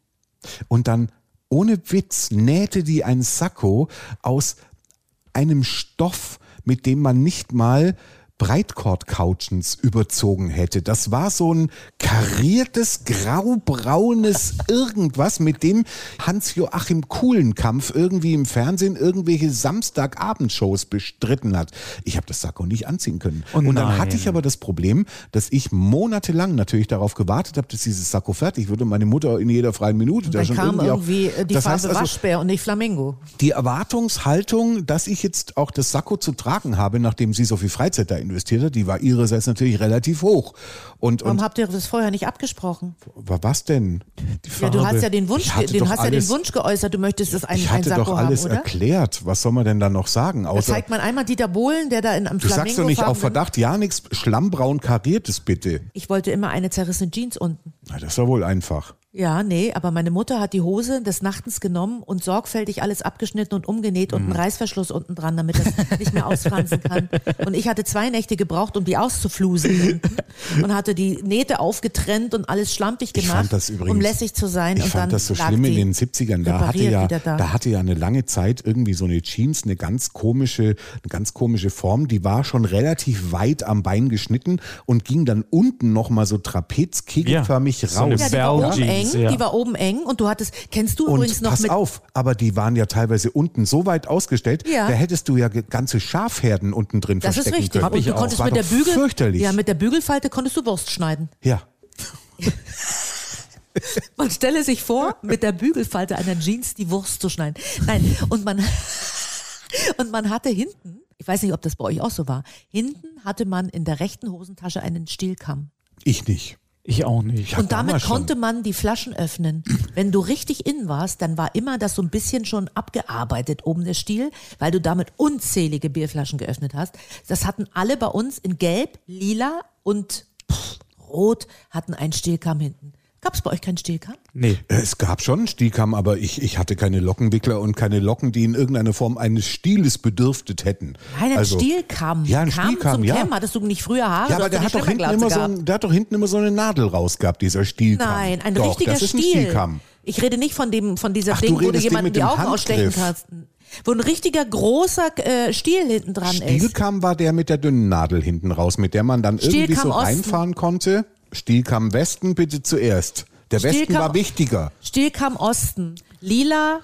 Und dann, ohne Witz, nähte die ein Sakko aus einem Stoff, mit dem man nicht mal Breitkorb-Couchens überzogen hätte. Das war so ein kariertes, graubraunes irgendwas, mit dem Hans-Joachim Kuhlenkampf irgendwie im Fernsehen irgendwelche Samstagabendshows bestritten hat. Ich habe das Sakko nicht anziehen können.
Oh
Und dann hatte
nein.
ich aber das Problem, dass ich monatelang natürlich darauf gewartet habe, dass dieses Sakko fertig wird und meine Mutter in jeder freien Minute da
Dann
schon
kam irgendwie,
irgendwie,
äh,
auch,
die
das
Farbe
heißt also,
Waschbär und nicht Flamingo.
die Erwartungshaltung, dass ich jetzt auch das Sakko zu tragen habe, nachdem sie so viel Freizeit da investiert hat, die war ihrerseits natürlich relativ hoch. Und,
Warum
und
habt ihr das vorher nicht abgesprochen?
wa- was denn?
Ja, du hast ja den
Ich
Wunsch,
hatte
den
doch
hast ja den
alles-
Wunsch geäußert, du möchtest das ein,
Ich
ein
hatte
Sakko
doch alles
haben, oder?
erklärt. Was soll man denn da noch sagen?
Da
Außer,
zeigt man einmal Dieter Bohlen, der da in einem
du sagst doch nicht auf
flamingofarbenen-
Verdacht, ja nix, schlammbraun kariertes bitte.
Ich wollte immer eine zerrissene Jeans unten.
Na, das war wohl einfach.
Ja, nee, aber meine Mutter hat die Hose des Nachtens genommen und sorgfältig alles abgeschnitten und umgenäht
Mhm.
und einen Reißverschluss unten dran, damit das nicht mehr ausfransen kann. Und ich hatte zwei Nächte gebraucht, um die auszuflusen hinten und hatte die Nähte aufgetrennt und alles schlampig
Ich
gemacht,
fand das übrigens,
um lässig zu sein.
Ich
und
fand
dann
das so
lag
schlimm in
die
den 70ern. Da hatte,
repariert
ja,
wieder
da. hatte ja eine lange Zeit irgendwie so eine Jeans, eine ganz komische, eine ganz komische Form. Die war schon relativ weit am Bein geschnitten und ging dann unten nochmal so trapezkegelförmig
Ja,
raus.
so eine
Ja, die war
Bell
oben
Jeans,
eng,
ja.
die war oben eng und du hattest, kennst du übrigens
Und
noch
pass
mit
auf, aber die waren ja teilweise unten so weit ausgestellt,
Ja.
da hättest du ja ge- ganze Schafherden unten drin
Das ist
verstecken
richtig.
können.
Und du
auch.
konntest
War
mit der
doch
Bügel,
fürchterlich.
ja, mit der Bügelfalte konntest du Wurst schneiden.
ja.
Man stelle sich vor, mit der Bügelfalte einer Jeans die Wurst zu schneiden. Nein, und man, <laughs> und man hatte hinten, ich weiß nicht, ob das bei euch auch so war, hinten hatte man in der rechten Hosentasche einen Stielkamm.
Ich nicht.
Ich auch nicht.
Und damit
damals schon.
konnte man die Flaschen öffnen. Wenn du richtig in warst, dann war immer das so ein bisschen schon abgearbeitet oben der Stiel, weil du damit unzählige Bierflaschen geöffnet hast. Das hatten alle bei uns in Gelb, Lila und pff, Rot hatten einen Stielkamm hinten. Gab es bei euch keinen Stielkamm?
Nee.
Äh, Es gab schon einen Stielkamm, aber ich, ich hatte keine Lockenwickler und keine Locken, die in irgendeiner Form eines Stieles bedürftet hätten.
Nein, ein
Also-
Stielkamm.
Ja, ein
Kamm
Stielkamm,
zum
ja.
Kämmen. Hattest du nicht früher Haare?
Ja,
oder
aber
hast
der
Oh, du
hat,
eine
doch hinten immer
Schlemmerglatze
so
gehabt?
ein, der hat doch hinten immer so eine Nadel rausgehabt, dieser Stielkamm.
Nein, ein
doch,
richtiger
das ist ein
Stiel.
Stielkamm.
Ich rede nicht von dem, von dieser
Ach,
Ding,
du
wo du
redest den
jemanden
mit
die
dem
Augen ausstechen
Handgriff.
kannst. Wo ein richtiger großer äh, Stiel hinten dran ist.
Stielkamm war der mit der dünnen Nadel hinten raus, mit der man dann irgendwie
Stielkamm
so
Osten.
reinfahren konnte. Stielkamm Westen bitte zuerst. Der Westen
Stielkamm-
war wichtiger.
Stielkamm Osten. Lila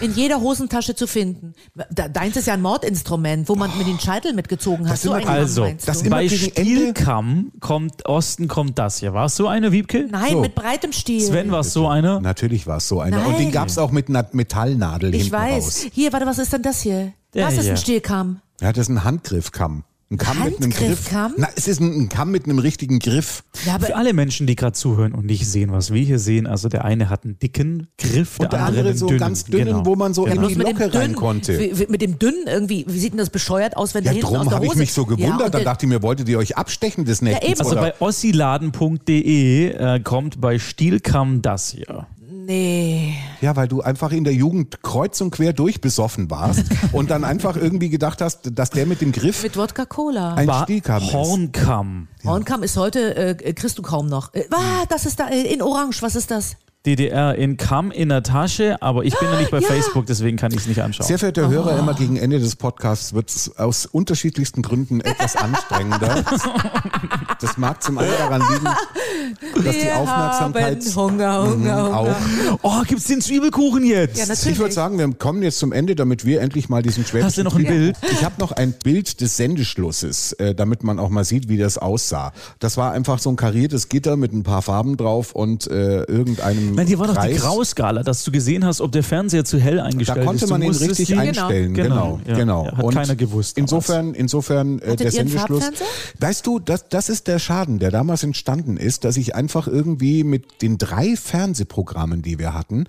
in jeder Hosentasche zu finden. Da- Deins ist ja ein Mordinstrument, wo man mit den Scheitel mitgezogen hat.
Das sind
So
wir-
einen Kram
Also,
meinst
das
du?
immer
bei
gegen Ende-
Stielkamm kommt Osten kommt das hier. Warst du einer, Wiebke?
Nein,
So.
mit breitem Stiel.
Sven, warst du einer?
Natürlich war es so einer. Und
Nein.
den gab es auch mit einer Metallnadel
ich
hinten
weiß.
raus.
Hier, warte, was ist denn das hier?
Der
das ist
hier.
ein Stielkamm.
Ja, das ist ein Handgriffkamm. Ein Kamm mit einem Griff.
Handgriffkamm?
Na, es ist ein, ein Kamm mit einem richtigen Griff.
Ja, aber
Für alle Menschen, die gerade zuhören und nicht sehen, was wir hier sehen, also der eine hat einen dicken Griff, der,
Und der andere
einen
so
dünnen. Genau.
ganz dünnen, wo man so in die Locke rein konnte.
wie- wie- mit dem dünnen irgendwie, wie sieht denn das bescheuert aus, wenn
Ja,
der hinten aus
drum
der
habe ich
Hose-
mich so gewundert.
Ja, und
dann
der-
dachte ich mir, wolltet ihr euch abstechen des Nächtens?
eben.
Also
oder?
bei ossiladen.de äh, kommt bei Stielkamm das hier.
Nee.
ja, weil du einfach in der Jugend kreuz und quer
<laughs>
durchbesoffen warst und dann einfach irgendwie gedacht hast, dass der mit dem Griff
Mit Wodka Cola.
ein
Ba-
Stielkamm ist.
Hornkamm.
Hm.
Hornkamm ist heute, äh, kriegst du kaum noch. Äh, ah, das ist da, äh, in Orange, was ist das?
DDR in Kamm in der Tasche, aber ich bin noch nicht bei
Ah, Ja.
Facebook, deswegen kann ich es nicht anschauen.
Sehr verehrter
Ah.
Hörer, immer gegen Ende des Podcasts wird es aus unterschiedlichsten Gründen
<laughs>
etwas anstrengender. Das mag zum einen daran liegen, dass die
Wir
Aufmerksamkeit
haben Hunger, Hunger, Hunger.
auch.
oh, gibt's den Zwiebelkuchen jetzt?
Ja, natürlich.
Ich würde sagen, wir kommen jetzt zum Ende, damit wir endlich mal diesen schwäbischen
Hast du noch ein
Krieg-
Bild?
Ich habe noch ein Bild des Sendeschlusses, äh, damit man auch mal sieht, wie das aussah. Das war einfach so ein kariertes Gitter mit ein paar Farben drauf und äh, irgendeinem
Nein, hier war doch die
Kreis.
Grauskala, dass du gesehen hast, ob der Fernseher zu hell
Da
eingestellt ist.
konnte
Du
man ihn
musstest
richtig
die-
einstellen, genau,
Ja,
genau.
ja, hat
Und
keiner gewusst. damals.
Insofern, insofern äh,
Hattet
der
ihr einen
Sendeschluss.
Farbfernseher?
Weißt du, das, das ist der Schaden, der damals entstanden ist, dass ich einfach irgendwie mit den drei Fernsehprogrammen, die wir hatten,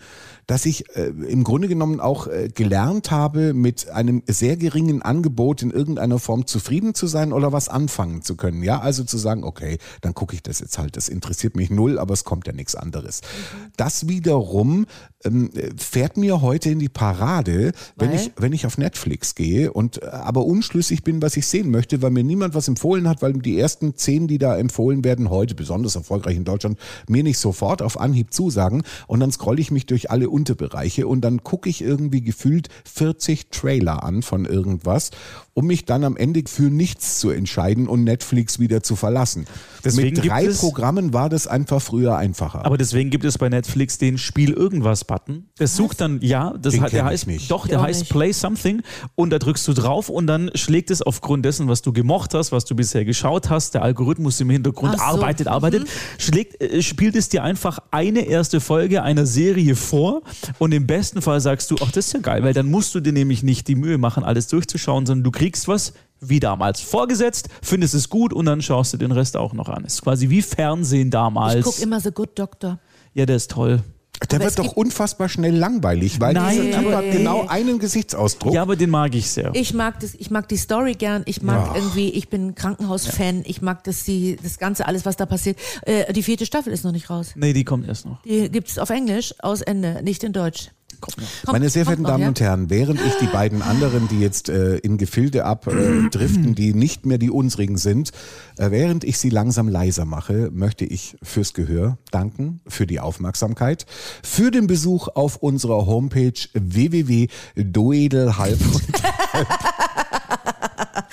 dass ich äh, im Grunde genommen auch äh, gelernt habe, mit einem sehr geringen Angebot in irgendeiner Form zufrieden zu sein oder was anfangen zu können. Ja, also zu sagen, okay, dann gucke ich das jetzt halt. Das interessiert mich null, aber es kommt ja nichts anderes.
Mhm.
Das wiederum ähm, äh, fährt mir heute in die Parade, wenn
Weil?
ich, wenn ich auf Netflix gehe und äh, aber unschlüssig bin, was ich sehen möchte, weil mir niemand was empfohlen hat, weil die ersten zehn, die da empfohlen werden, heute besonders erfolgreich in Deutschland, mir nicht sofort auf Anhieb zusagen. Und dann scrolle ich mich durch alle Unterbereiche und dann gucke ich irgendwie gefühlt 40 Trailer an von irgendwas, um mich dann am Ende für nichts zu entscheiden und Netflix wieder zu verlassen.
Deswegen
Mit
gibt
drei
es-
Programmen war das einfach früher einfacher.
Aber deswegen gibt es bei Netflix den Spiel irgendwas Button. Das sucht dann, ja, das
Den
hat, der
kenn ich
heißt
nicht.
doch, der
auch
heißt
nicht.
Play Something und da drückst du drauf und dann schlägt es aufgrund dessen, was du gemocht hast, was du bisher geschaut hast, der Algorithmus im Hintergrund
Ach so. mhm.
arbeitet, arbeitet, schlägt, äh, spielt es dir einfach eine erste Folge einer Serie vor und im besten Fall sagst du, ach, das ist ja geil, weil dann musst du dir nämlich nicht die Mühe machen, alles durchzuschauen, sondern du kriegst was wie damals vorgesetzt, findest es gut und dann schaust du den Rest auch noch an. Ist quasi wie Fernsehen damals.
Ich guck immer The Good Doctor.
Ja, der ist toll.
Der
Aber
wird
es
doch
gibt-
unfassbar schnell langweilig, weil
Nein,
dieser Typ
aber-
hat genau einen Gesichtsausdruck.
Ja, aber den mag ich sehr.
Ich mag das, ich mag die Story gern, ich mag irgendwie, ich bin Krankenhausfan, ich mag das, die, das Ganze, alles, was da passiert. Äh, die vierte Staffel ist noch nicht raus.
nee, die kommt erst noch.
Die gibt's auf Englisch, aus Ende, nicht in Deutsch. Kommt-
Meine sehr
kommt
verehrten
noch,
Damen
ja?
und Herren, während ich die beiden anderen, die jetzt äh, in Gefilde
<clears throat>
abdriften, äh, driften, die nicht mehr die unsrigen sind, äh, während ich sie langsam leiser mache, möchte ich fürs Gehör danken, für die Aufmerksamkeit, für den Besuch auf unserer Homepage www.doedelhalb.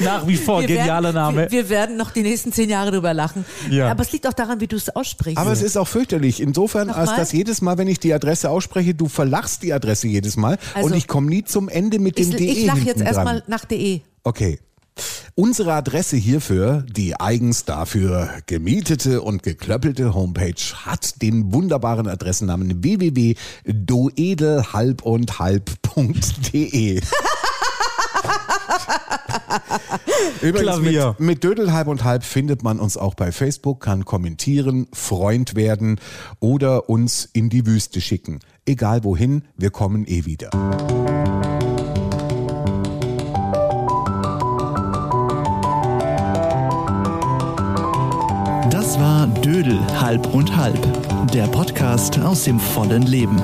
Nach wie vor,
Wir
genialer
werden,
Name.
Wir, wir werden noch die nächsten zehn Jahre drüber lachen.
Ja.
Aber es liegt auch daran, wie du es aussprichst.
Aber es ist auch fürchterlich, insofern, als
Nochmal?
dass jedes Mal, wenn ich die Adresse ausspreche, du verlachst die Adresse jedes Mal
Also-
und ich komme nie zum Ende mit dem
ich
DE.
ich lache jetzt
hinten dran.
erstmal nach E. DE.
Okay. Unsere Adresse hierfür, die eigens dafür gemietete und geklöppelte Homepage, hat den wunderbaren Adressennamen www.doedelhalbundhalb.de. Übrigens,
Klavier.
Mit, mit Dödel halb und halb findet man uns auch bei Facebook, kann kommentieren, Freund werden oder uns in die Wüste schicken. Egal wohin, wir kommen eh wieder.
Das war Dödel halb und halb, der Podcast aus dem vollen Leben.